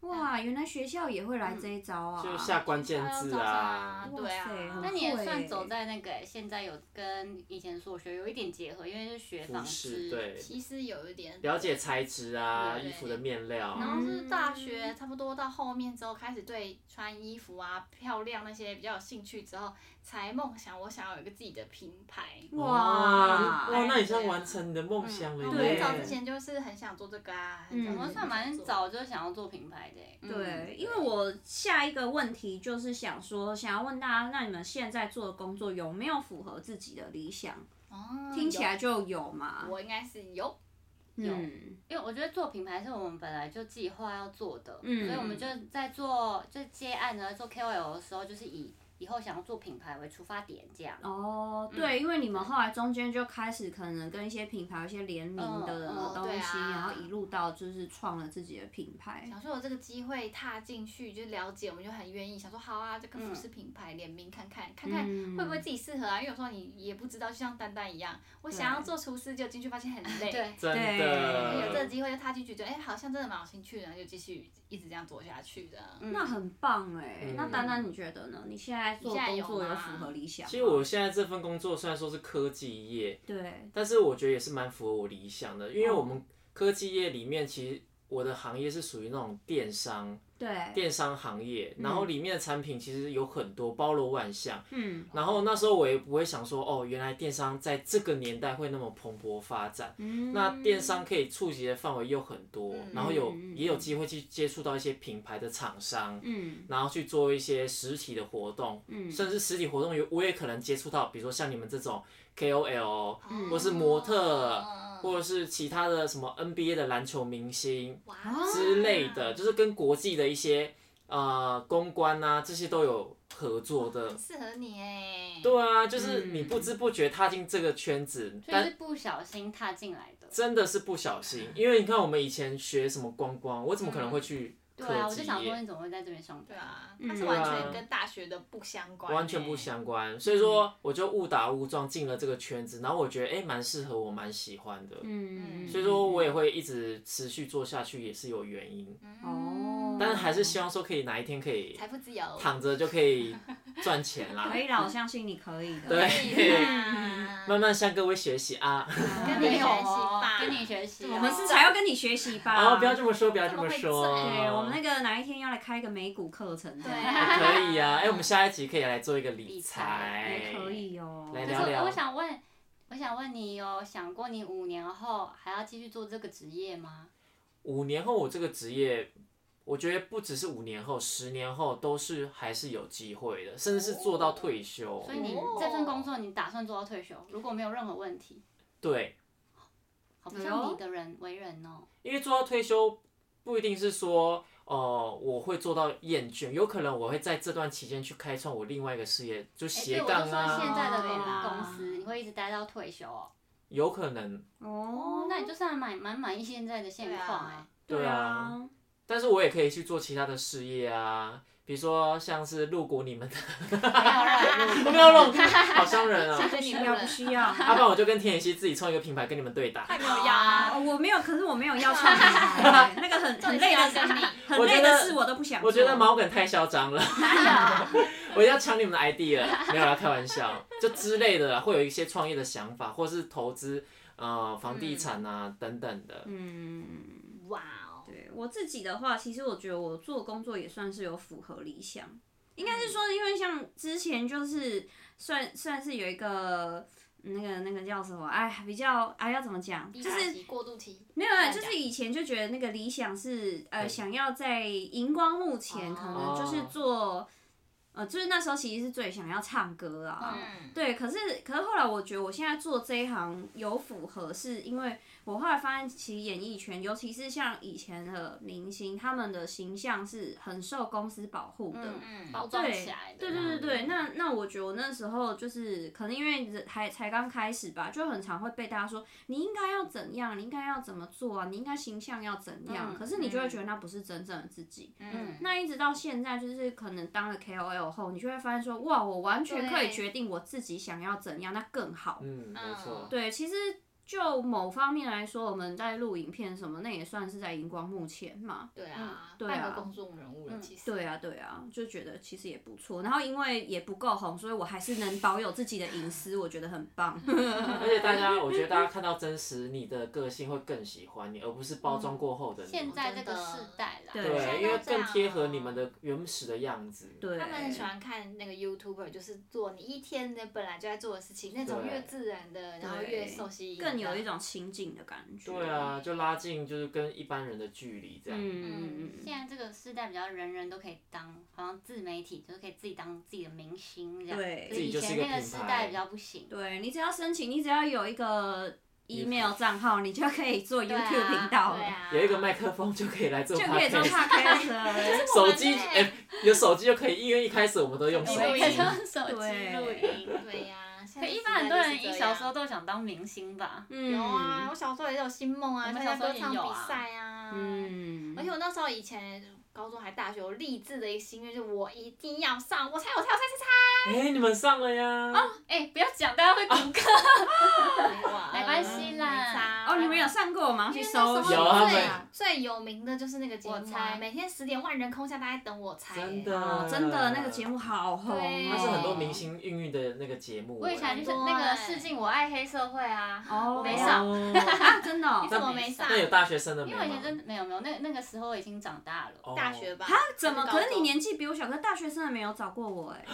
Speaker 4: 哇，原来学校也会来这一招啊！
Speaker 1: 就下关键字啊
Speaker 3: 还要，找对啊
Speaker 4: 哇塞很
Speaker 2: 那你也
Speaker 4: 会
Speaker 2: 算走在那个欸、现在有跟以前所学有一点结合，因为是学纺
Speaker 1: 服饰
Speaker 2: 织，
Speaker 1: 对，
Speaker 3: 其实有一点
Speaker 1: 了解材质啊，
Speaker 3: 对
Speaker 1: 衣服的面料，
Speaker 3: 然后是大学
Speaker 4: 嗯
Speaker 3: 差不多到后面之后，开始对穿衣服啊、漂亮那些比较有兴趣之后，才梦想我想要有一个自己的品牌。
Speaker 1: 哇
Speaker 4: 哇，
Speaker 1: 哇，哦那你像完成你的梦想了
Speaker 3: 嗯我
Speaker 1: 耶！
Speaker 3: 很早之前就是很想做这个啊，很早
Speaker 4: 嗯
Speaker 2: 我
Speaker 3: 很
Speaker 2: 算蛮
Speaker 3: 想做。
Speaker 2: 早就想要做品牌的欸、
Speaker 3: 嗯
Speaker 4: 对，因为我下一个问题就是想说，想要问大家，那你们现在做的工作有没有符合自己的理想？
Speaker 3: 哦
Speaker 4: 听起来就有嘛
Speaker 3: 有，我应该是有，
Speaker 4: 嗯，
Speaker 2: 因为我觉得做品牌是我们本来就计划要做的，
Speaker 4: 嗯
Speaker 2: 所以我们就在做就接案呢，做 KOL 的时候，就是以以后想要做品牌为出发点这样。
Speaker 4: 哦，
Speaker 3: 嗯
Speaker 4: 对，因为你们后来中间就开始可能跟一些品牌有一些联名的
Speaker 2: 嗯嗯
Speaker 4: 东
Speaker 3: 对
Speaker 4: 西，
Speaker 3: 啊
Speaker 4: 然后一路到就是创了自己的品牌。
Speaker 3: 想说有这个机会踏进去就了解，我们就很愿意。想说好啊，这个服饰品牌联名看看，看看
Speaker 4: 嗯
Speaker 3: 会不会自己适合啊？因为有时候你也不知道，就像丹丹一样，我想要做厨师，就进去发现很累。
Speaker 2: 对，
Speaker 1: 真
Speaker 4: 对
Speaker 3: 有这个
Speaker 1: 的，
Speaker 3: 机会就踏进去，觉得哎、好像真的蛮有兴趣的，就继续一直这样做下去的。
Speaker 4: 那很棒哎、
Speaker 1: 嗯
Speaker 4: 那丹丹你觉得呢？你现在做
Speaker 3: 你现在
Speaker 4: 工
Speaker 3: 有
Speaker 4: 作有
Speaker 3: 吗
Speaker 4: 符合理想吗？
Speaker 1: 其实我现在这份工作虽然说是科技业，
Speaker 4: 对，
Speaker 1: 但是我觉得也是蛮符合我理想的，因为我们科技业里面，其实我的行业是属于那种电商、
Speaker 4: 对，
Speaker 1: 电商行业，然后里面的产品其实有很多，包罗万象。
Speaker 4: 嗯
Speaker 1: 然后那时候我也不会想说，哦，原来电商在这个年代会那么蓬勃发展。
Speaker 4: 嗯
Speaker 1: 那电商可以触及的范围又很多，
Speaker 3: 嗯
Speaker 1: 然后有
Speaker 4: 嗯嗯
Speaker 1: 也有机会去接触到一些品牌的厂商，
Speaker 4: 嗯
Speaker 1: 然后去做一些实体的活动，
Speaker 4: 嗯
Speaker 1: 甚至实体活动有我也可能接触到，比如说像你们这种 KOL，
Speaker 4: 嗯
Speaker 1: 或是模特
Speaker 3: 嗯
Speaker 1: 或者是其他的什么 NBA 的篮球明星
Speaker 3: 哇
Speaker 2: 啊
Speaker 1: 之类的，就是跟国际的一些呃公关啊这些都有合作的
Speaker 3: 很。适合你哎。
Speaker 1: 对啊，就是
Speaker 4: 嗯
Speaker 1: 你不知不觉踏进这个圈子，
Speaker 2: 嗯所以
Speaker 1: 但
Speaker 2: 是不小心踏进来的。
Speaker 1: 真的是不小心，因为你看我们以前学什么观光，我怎么可能会去
Speaker 2: 对
Speaker 1: 科
Speaker 2: 啊，我
Speaker 1: 技
Speaker 2: 就想说
Speaker 1: 业？
Speaker 2: 你怎么会在这边上班？
Speaker 3: 对，啊，
Speaker 4: 嗯
Speaker 3: 它是完全跟大学的不相关、
Speaker 1: 完全不。相关，所以说我就误打误撞进了这个圈子，然后我觉得哎蛮适合我，蛮喜欢的，
Speaker 4: 嗯，
Speaker 1: 所以说我也会一直持续做下去，也是有原因，
Speaker 4: 哦，
Speaker 1: 但是还是希望说可以哪一天可以
Speaker 3: 嗯财富自由。
Speaker 1: 躺着就可以赚钱
Speaker 3: 嗯
Speaker 1: 啦
Speaker 4: 可，以啦，我相信你可以的。
Speaker 3: 哎
Speaker 1: 对
Speaker 3: 对啊
Speaker 1: 慢慢向各位学习啊，
Speaker 3: 跟
Speaker 2: 没
Speaker 3: 你学习
Speaker 2: 有哦
Speaker 3: 吧
Speaker 2: 跟你学习哦。
Speaker 4: 我们是才要跟你学习 吧。
Speaker 1: 啊不要这么说，不哦要这
Speaker 3: 这
Speaker 1: 么
Speaker 3: 么会
Speaker 1: 说，
Speaker 3: 赚
Speaker 4: 对，哎我们那个哪一天要来开一个美股课 程的，
Speaker 3: 对
Speaker 1: 也
Speaker 3: 啊
Speaker 1: 可以啊， 哎我们下一集可以来做一个理
Speaker 2: 理
Speaker 1: 财
Speaker 2: 财，
Speaker 4: 也可以哦。
Speaker 1: 哎来
Speaker 2: 可
Speaker 1: 聊
Speaker 2: 是
Speaker 1: 聊
Speaker 2: 我想问，我想问你，有想过你五年后还要继续做这个职业吗？
Speaker 1: 五年后我这个职业，我觉得不只是五年后，十年后都是还是有机会的，甚至是做到退休。
Speaker 2: 所以你
Speaker 3: 哦
Speaker 2: 这份工作你打算做到退休？如果没有任何问题，
Speaker 1: 对，
Speaker 2: 好不
Speaker 4: 哎呦
Speaker 2: 像你的人为人哦。
Speaker 1: 因为做到退休不一定是说，呃，我会做到厌倦，有可能我会在这段期间去开创我另外一个事业，就
Speaker 2: 哎
Speaker 1: 斜
Speaker 2: 对，我就
Speaker 1: 杠
Speaker 2: 说现
Speaker 1: 啊，
Speaker 2: 在的
Speaker 4: 对
Speaker 2: 公
Speaker 4: 啦
Speaker 2: 公司，你会一直待到退休哦。
Speaker 1: 有可能。
Speaker 4: 哦
Speaker 2: 哦，，那你就是还蛮蛮满意现在的现
Speaker 3: 对啊
Speaker 2: 况哎。
Speaker 1: 对啊，，但是我也可以去做其他的事业啊，比如说像是入股你们的， 我
Speaker 2: 没有任何
Speaker 1: 没有弄，好伤人啊、
Speaker 4: 不需要不需要？
Speaker 1: 要不然我就跟田野希自己创一个品牌跟你们对打。
Speaker 3: 太没有压，
Speaker 4: 啊，我没有，可是我没有要创品牌，那个很很累的事，
Speaker 3: 跟你。
Speaker 4: 很累的事我都不想做。
Speaker 1: 我觉得毛梗太嚣张了， 我要抢你们的 idea，没有啦，开玩笑，就之类的啦，会有一些创业的想法，或是投资呃房
Speaker 2: 嗯
Speaker 1: 地产啊、等等的。
Speaker 4: 嗯。
Speaker 3: 哇哦，
Speaker 4: 对我自己的话，其实我觉得我做工作也算是有符合理想，应该是说，因为像之前就是算算是有一个嗯那个那个叫什么，哎，比较哎要怎么讲，
Speaker 3: 低嗯
Speaker 4: 就
Speaker 3: 卡
Speaker 4: 是
Speaker 3: 期过渡期，
Speaker 4: 没有啊，就是以前就觉得那个理想是呃，
Speaker 1: 嗯
Speaker 4: 想要在荧光幕前，可能就是
Speaker 1: 哦
Speaker 4: 做，呃，就是那时候其实是最想要唱歌啊，
Speaker 3: 嗯
Speaker 4: 对，可是可是后来我觉得我现在做这一行有符合，是因为我后来发现，其实演艺圈，尤其是像以前的明星，他们的形象是很受公司保护的。
Speaker 2: 嗯
Speaker 3: 嗯，
Speaker 2: 包装起来的。
Speaker 4: 对对对对，那那我觉得我那时候就是可能因为人还才刚开始吧，就很常会被大家说你应该要怎样，你应该要怎么做啊，你应该形象要怎样，
Speaker 2: 嗯
Speaker 4: 可是你就会
Speaker 3: 嗯
Speaker 4: 觉得那不是真正的自己。
Speaker 3: 嗯，
Speaker 4: 那一直到现在，就是可能当了 KOL 后，你就会发现说，哇，我完全可以
Speaker 3: 对
Speaker 4: 决定我自己想要怎样，那更好。
Speaker 1: 嗯，没错。
Speaker 4: 对，其实就某方面来说，我们在录影片什么，那也算是在荧光幕前嘛。
Speaker 3: 对啊，
Speaker 4: 对
Speaker 3: 半
Speaker 4: 啊
Speaker 3: 个公众人物了，其实。
Speaker 4: 对啊，对啊，就觉得其实也不错。然后因为也不够红，所以我还是能保有自己的隐私，我觉得很 棒。
Speaker 1: 而且大家，我觉得大家看到真实你的个性会更喜欢你，而不是包
Speaker 4: 嗯
Speaker 1: 装过后的你。
Speaker 2: 现在这个世代啦，
Speaker 4: 对
Speaker 1: 对，因为更贴合你们
Speaker 3: 的。
Speaker 1: 的原始的样子。
Speaker 4: 对，啊
Speaker 3: 他们很喜欢看那个 YouTuber，就是做你一天的本来就在做的事情，那种
Speaker 1: 对
Speaker 3: 越自然的，然后
Speaker 4: 对
Speaker 3: 越受吸引，
Speaker 4: 更有一。种亲近的感觉。
Speaker 1: 对啊，就拉近就是跟一般人的距离这样。
Speaker 4: 嗯，嗯嗯
Speaker 2: 现在这个世代比较人人都可以当，好像自媒体就是可以自己当自己的明星这样。
Speaker 4: 对
Speaker 2: 就是以
Speaker 1: 自己就是
Speaker 2: 前
Speaker 1: 一个
Speaker 2: 那个
Speaker 1: 品
Speaker 2: 世
Speaker 1: 牌
Speaker 2: 代比较不行。
Speaker 4: 对你只要申请，你只要有一个 email 账号，你就可以做 YouTube 频道了，
Speaker 3: 对啊，
Speaker 1: 有一个麦克风就可以来做
Speaker 4: 就可以做
Speaker 1: podcast，
Speaker 4: podcast 了。
Speaker 1: 手机
Speaker 3: 我们
Speaker 1: 哎、有手机就可以，因为一开始我们都用手
Speaker 2: 我
Speaker 3: 对
Speaker 2: 们
Speaker 1: 机
Speaker 2: 可以。用手机
Speaker 4: 对
Speaker 2: 录音。
Speaker 3: 对呀、
Speaker 2: 可
Speaker 3: 现在
Speaker 2: 一
Speaker 3: 时
Speaker 2: 般很
Speaker 3: 代
Speaker 2: 多
Speaker 3: 就是
Speaker 2: 人
Speaker 3: 这
Speaker 2: 小
Speaker 3: 样
Speaker 2: 时候都想当明星吧？
Speaker 3: 有
Speaker 4: 嗯
Speaker 3: 啊，我小时候也有星梦啊，
Speaker 2: 我们
Speaker 3: 参
Speaker 2: 小时
Speaker 3: 加
Speaker 2: 候
Speaker 3: 歌
Speaker 2: 也
Speaker 3: 唱
Speaker 2: 有
Speaker 3: 比
Speaker 2: 啊
Speaker 3: 赛啊。
Speaker 4: 嗯
Speaker 3: 而且我那时候以前高中还大学，我励志的一个心愿就是我一定要上，我猜我猜我猜
Speaker 1: 哎、你们上了呀！
Speaker 4: 哦
Speaker 2: 哎、不要讲，大家
Speaker 1: 啊
Speaker 2: 会 谷歌。
Speaker 3: 我猜我猜，
Speaker 2: 没关系啦
Speaker 4: 哦，你们有上过，我马上
Speaker 3: 因
Speaker 4: 去
Speaker 3: 为那
Speaker 4: 搜
Speaker 3: 时
Speaker 4: 寻。
Speaker 1: 有
Speaker 3: 候
Speaker 1: 啊
Speaker 3: 最
Speaker 1: 没
Speaker 3: 最有名的就是那个节目、啊，
Speaker 2: 我猜
Speaker 3: 每天十点万人空巷，大家等我猜、
Speaker 1: 真的
Speaker 4: 哦，真的那个节目好红
Speaker 3: 对
Speaker 4: 哦，
Speaker 1: 它是很多明星孕育的那个节目、哎
Speaker 2: 我以前就是那个试镜《我爱黑社会》啊，
Speaker 4: 哦
Speaker 2: 我没上。
Speaker 1: 哦
Speaker 4: 啊，真的哦
Speaker 3: 你怎么没上？
Speaker 1: 那有大学生的没
Speaker 2: 因
Speaker 1: 吗？
Speaker 2: 为我以前真的没有没有，那那个时候已经长大了。
Speaker 1: 哦
Speaker 3: 大学吧？
Speaker 4: 啊？怎么？
Speaker 3: 还
Speaker 4: 可
Speaker 3: 高
Speaker 4: 是你
Speaker 3: 中
Speaker 4: 年纪比我小，可是大学生的没有找过我哎。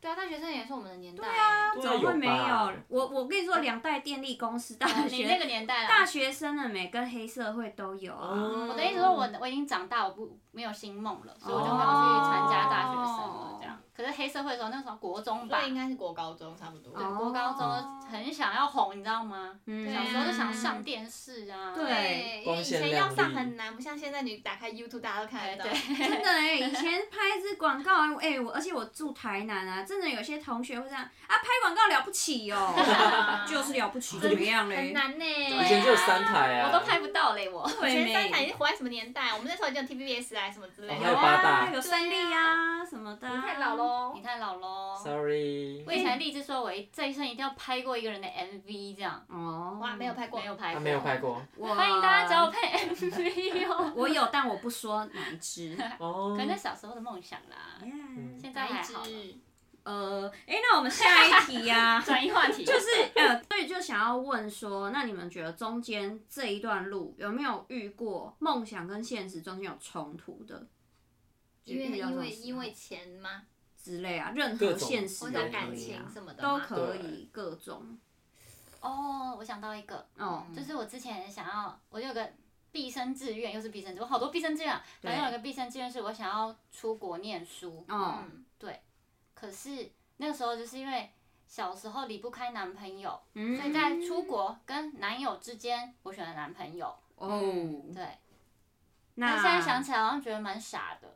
Speaker 3: 对啊，大学生也是我们的年代。对啊，
Speaker 1: 对
Speaker 4: 怎
Speaker 1: 啊
Speaker 4: 么会没
Speaker 1: 吧
Speaker 4: 有？我我跟你说，两代电力公司大
Speaker 2: 哦你那
Speaker 4: 学
Speaker 2: 个啊年代
Speaker 4: 大
Speaker 2: 啦。
Speaker 4: 学生的美跟黑社会都有啊。
Speaker 1: 哦
Speaker 2: 我的意思说我，我已经长大，我不没有新梦了，所以我就没有去参加大学生了这样。可是黑社会的时候，那时候国中吧
Speaker 3: 所以，应该是国高中差不多。
Speaker 4: 哦
Speaker 2: 国高中很想要红，你知道吗？
Speaker 4: 嗯
Speaker 2: 啊小时候就想上电视啊。
Speaker 4: 对
Speaker 3: 对，因为
Speaker 1: 光
Speaker 3: 以
Speaker 1: 鲜
Speaker 3: 前
Speaker 1: 亮
Speaker 3: 要上
Speaker 1: 丽
Speaker 3: 很难，不像现在你打开 YouTube 大家都看
Speaker 2: 对
Speaker 3: 得到。
Speaker 2: 对，
Speaker 4: 真的哎、以前拍一支广告啊，哎、我而且我住台南啊，真的有些同学会这样啊，拍广告了不起哦、 就是了不起，怎么样嘞
Speaker 3: 很？难呢、
Speaker 1: 以前就有三台啊，
Speaker 2: 我都拍不到嘞，我。
Speaker 4: 对
Speaker 3: 前三
Speaker 4: 妹
Speaker 3: 台你是活在什么年代？我们那时候已经有 TVBS 啊什么之类
Speaker 1: 还有
Speaker 4: 有
Speaker 3: 的。
Speaker 1: 八大
Speaker 4: 啊，有三立啊什么的、
Speaker 3: 你太老。喽
Speaker 2: 你。太老喽。
Speaker 1: Sorry，
Speaker 2: 我以前立志说，我一这一生一定要拍过一个人的 MV 这样。
Speaker 4: 哦，
Speaker 3: 哇，没有拍过。
Speaker 2: 没有
Speaker 1: 他
Speaker 2: 拍过。
Speaker 1: 啊没有拍。过
Speaker 4: 我
Speaker 2: 欢迎大家找我。拍 MV 哦。
Speaker 4: 我有，但我不说哪一支。
Speaker 1: 哦
Speaker 2: 可。能是小时候的梦想啦，
Speaker 4: Yeah
Speaker 2: 现在还好
Speaker 3: 哪
Speaker 2: 了。
Speaker 3: 一支
Speaker 4: 呃，哎、那我们下一 题呀、
Speaker 2: 转移话题，
Speaker 4: 就是呃，所以就想要问说，那你们觉得中间这一段路有没有遇过梦想跟现实中间有冲突的？
Speaker 3: 因为
Speaker 4: 遇到这
Speaker 3: 因
Speaker 4: 种
Speaker 3: 为
Speaker 4: 时
Speaker 3: 因
Speaker 4: 候
Speaker 3: 为钱吗？
Speaker 4: 之类啊，任
Speaker 1: 各
Speaker 4: 何
Speaker 1: 种
Speaker 4: 现实
Speaker 3: 或
Speaker 1: 是
Speaker 4: 都
Speaker 3: 者
Speaker 4: 可以
Speaker 3: 感
Speaker 4: 啊
Speaker 3: 情什么的
Speaker 4: 都
Speaker 3: 吗？
Speaker 4: 可
Speaker 1: 对
Speaker 4: 以，各种
Speaker 2: 哦，我想到一个，
Speaker 4: 哦，
Speaker 3: 嗯
Speaker 2: 就是我之前想要，我有个毕生志愿，又是毕生志愿，我好多毕生志愿啊，反正
Speaker 4: 对
Speaker 2: 有一个毕生志愿是我想要出国念书，
Speaker 4: 哦，
Speaker 3: 嗯，
Speaker 2: 可是那个时候就是因为小时候离不开男朋友，
Speaker 4: 嗯
Speaker 2: 所以在出国跟男友之间，我选了男朋友，
Speaker 4: 哦，
Speaker 2: 对，但嗯
Speaker 4: 那
Speaker 2: 现在想起来好像觉得蛮傻的，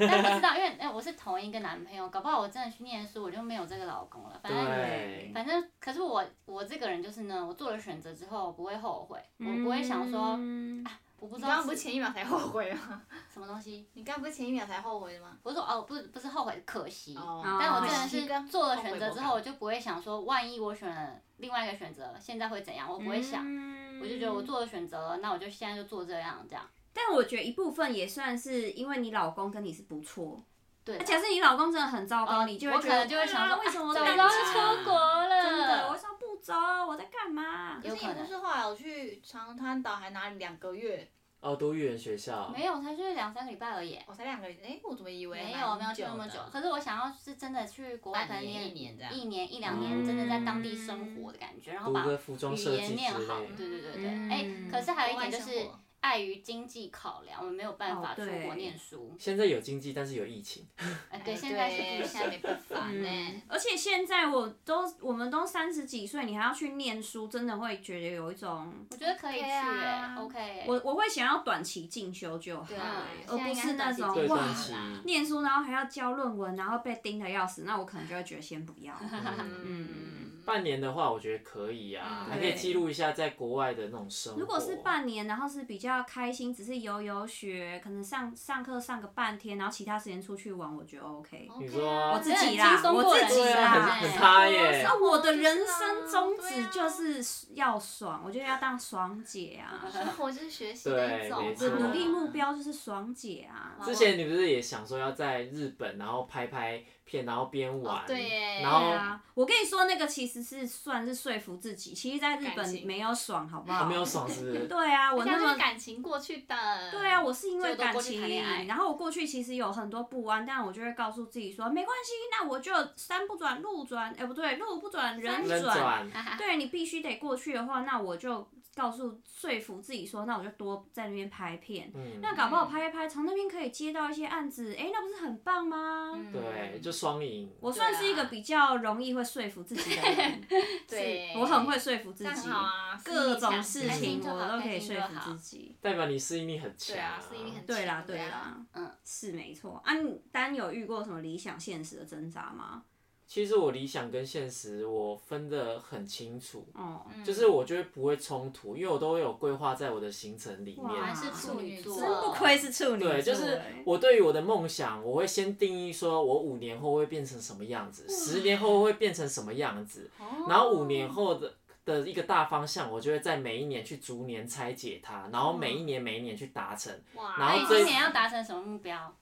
Speaker 2: 但不知道，因为哎、我是同一个男朋友，搞不好我真的去念书，我就没有这个老公了，反正。
Speaker 1: 哦对，
Speaker 2: 反正，可是我我这个人就是呢，我做了选择之后我不会后悔，我不会想说，啊
Speaker 4: 嗯
Speaker 2: 我不
Speaker 3: 你
Speaker 2: 知
Speaker 3: 刚
Speaker 2: 道
Speaker 3: 刚不是
Speaker 2: 是
Speaker 3: 前一秒才后悔吗？
Speaker 2: 什么东西，
Speaker 3: 你刚刚不是前一秒才后悔的吗？
Speaker 2: 我说哦，不是不是后悔，可惜。
Speaker 3: 哦
Speaker 2: 但我
Speaker 4: 可
Speaker 2: 真的
Speaker 4: 惜
Speaker 2: 是做了选择之后，我就不会想说，万一我选了另外一个选择，现在会怎样？我不会想，
Speaker 4: 嗯
Speaker 2: 我就觉得我做了选择了，那我就现在就做这样这样。
Speaker 4: 但我觉得一部分也算是因为你老公跟你是不错，
Speaker 2: 对
Speaker 4: 那，假设你老公真的很糟糕，
Speaker 2: 哦
Speaker 4: 你就会
Speaker 2: 我
Speaker 4: 觉
Speaker 2: 可
Speaker 4: 得
Speaker 2: 能就会想
Speaker 4: 啊
Speaker 2: 说，
Speaker 4: 为什么
Speaker 2: 啊早
Speaker 4: 单
Speaker 2: 知道
Speaker 4: 亲
Speaker 2: 出国了，
Speaker 4: 真的，为什么不走？我在干嘛？
Speaker 2: 有
Speaker 3: 可是也
Speaker 2: 可能
Speaker 3: 不是后来我去长滩岛还哪里两个月，
Speaker 1: 哦，读语言学校，
Speaker 2: 没有，才去两三个礼拜而已。
Speaker 3: 我才两个月，哎，我怎么以为
Speaker 2: 没
Speaker 3: 蛮
Speaker 2: 有，没有去那么
Speaker 3: 的
Speaker 2: 久。可是我想要是真的去国外，可能
Speaker 3: 半年
Speaker 2: 念
Speaker 3: 一年这样
Speaker 2: 一年一两年，
Speaker 1: 嗯
Speaker 2: 真的在当地生活的感觉，然后
Speaker 1: 读
Speaker 2: 把
Speaker 1: 个服装
Speaker 2: 语
Speaker 1: 设
Speaker 2: 言
Speaker 1: 计之
Speaker 2: 念好。
Speaker 1: 类
Speaker 2: 对。对对对，
Speaker 4: 嗯
Speaker 2: 哎、可是还有一点就
Speaker 3: 国外
Speaker 2: 是
Speaker 3: 生活
Speaker 2: 碍于经济考量，我们没有办法
Speaker 4: 哦
Speaker 2: 出
Speaker 4: 对
Speaker 2: 国念书。
Speaker 1: 现在有经济，但是有疫情。
Speaker 2: 哎、
Speaker 3: 哎
Speaker 2: 对，现在是不
Speaker 3: 现
Speaker 2: 行。
Speaker 3: 在没办法
Speaker 4: 嗯
Speaker 3: 呢。，
Speaker 4: 而且现在我都我们都三十几岁，你还要去念书，真的会觉得有一种
Speaker 2: 我觉得可以去、
Speaker 3: OK 啊
Speaker 2: 哎，OK 哎、
Speaker 4: 我我会想要短期进修就好
Speaker 3: 对
Speaker 4: 了
Speaker 3: 啊，
Speaker 4: 欸，而
Speaker 3: 现在
Speaker 4: 不
Speaker 3: 应该
Speaker 4: 是那
Speaker 3: 短期
Speaker 1: 对
Speaker 4: 种
Speaker 3: 进修
Speaker 4: 哇
Speaker 1: 短期，
Speaker 4: 念书，然后还要交论文，然后被盯得要死，那我可能就会觉得先不要。嗯，
Speaker 3: 嗯，
Speaker 1: 半年的话，我觉得可以啊，
Speaker 3: 嗯
Speaker 1: 还可以
Speaker 4: 对
Speaker 1: 记录一下在国外的那种生活。
Speaker 4: 如果是半年，然后是比较开心，只是游游学，可能上上课上个半天，然后其他时间出去玩，我觉得 OK。
Speaker 1: 你
Speaker 3: OK
Speaker 1: 说
Speaker 3: 啊
Speaker 1: 我
Speaker 4: 自己
Speaker 2: 真
Speaker 4: 啦
Speaker 2: 的很轻松
Speaker 4: 我
Speaker 2: 过
Speaker 4: 自
Speaker 2: 人
Speaker 4: 己
Speaker 1: 对
Speaker 2: 生
Speaker 1: 啊，
Speaker 4: 啦
Speaker 1: 很很
Speaker 2: 哎
Speaker 1: 差耶、
Speaker 4: 那我的人
Speaker 3: 我
Speaker 4: 生
Speaker 3: 知道
Speaker 4: 宗旨就是要爽，我就要当爽姐啊！
Speaker 3: 生活就是学习的一种
Speaker 1: 对没
Speaker 3: 啊，
Speaker 1: 错
Speaker 4: 我努力目标就是爽姐啊！
Speaker 1: 之前你不是也想说要在日本，然后拍拍片，然后边玩，
Speaker 3: 哦对耶
Speaker 1: 然
Speaker 4: 对
Speaker 1: 后、
Speaker 4: 啊，我跟你说，那个其实是算是说服自己，其实在日
Speaker 3: 感
Speaker 4: 本
Speaker 3: 情
Speaker 4: 没有爽，好不
Speaker 1: 我
Speaker 4: 好？
Speaker 1: 没有爽是 不是？
Speaker 4: 对啊，我
Speaker 3: 那
Speaker 4: 那
Speaker 3: 就是
Speaker 4: 么
Speaker 3: 感情过去的。
Speaker 4: 对啊，我是因为
Speaker 2: 就都
Speaker 4: 感
Speaker 2: 过去
Speaker 4: 情
Speaker 2: 谈恋爱
Speaker 4: 然后我过去其实有很多不安，但我就会告诉自己说，没关系，那我就山不转路转，哎、不对，路不转人
Speaker 1: 扔
Speaker 4: 转。
Speaker 1: 转，
Speaker 4: 对你必须得过去的话，那我就告诉说服自己说，那我就多在那边拍片。
Speaker 1: 嗯，
Speaker 4: 那搞不好拍一拍，从那边可以接到一些案子，哎、那不是很棒吗？
Speaker 3: 嗯
Speaker 1: 对，就双赢。
Speaker 4: 我
Speaker 3: 啊
Speaker 4: 算是一个比较容易会说服自己的人，
Speaker 3: 对，
Speaker 4: 我很会说服自
Speaker 3: 这样
Speaker 4: 己
Speaker 3: 很，好啊，
Speaker 4: 各种事
Speaker 3: 开
Speaker 4: 情
Speaker 3: 心就
Speaker 4: 我
Speaker 3: 好
Speaker 4: 都可以
Speaker 3: 开心
Speaker 4: 说
Speaker 3: 就
Speaker 4: 服
Speaker 3: 好
Speaker 4: 自己。
Speaker 1: 代表你适应力很强、
Speaker 3: 对啊，是一定很
Speaker 4: 对啦，
Speaker 3: 强
Speaker 4: 对
Speaker 3: 的啊。
Speaker 4: 啦，
Speaker 2: 嗯，
Speaker 4: 是没错啊。你丹有遇过什么理想现实的挣扎吗？
Speaker 1: 其实我理想跟现实我分得很清楚，
Speaker 4: 哦，
Speaker 3: 嗯
Speaker 1: 就是我觉得不会冲突，因为我都有规划在我的行程里
Speaker 4: 哇
Speaker 1: 面。
Speaker 2: 还是处女座，
Speaker 4: 真不愧是处女座
Speaker 1: 对，
Speaker 4: 欸，
Speaker 1: 就是我对于我的梦想，我会先定义说，我五年后会变成什么样子，十年后会变成什么样子，然后五年后的的一个大方向，我就会在每一年去逐年拆解它，然后每一年每一年去达成。
Speaker 3: 哇，
Speaker 1: 然后
Speaker 2: 那你
Speaker 1: 这
Speaker 2: 今年要达成什么目标？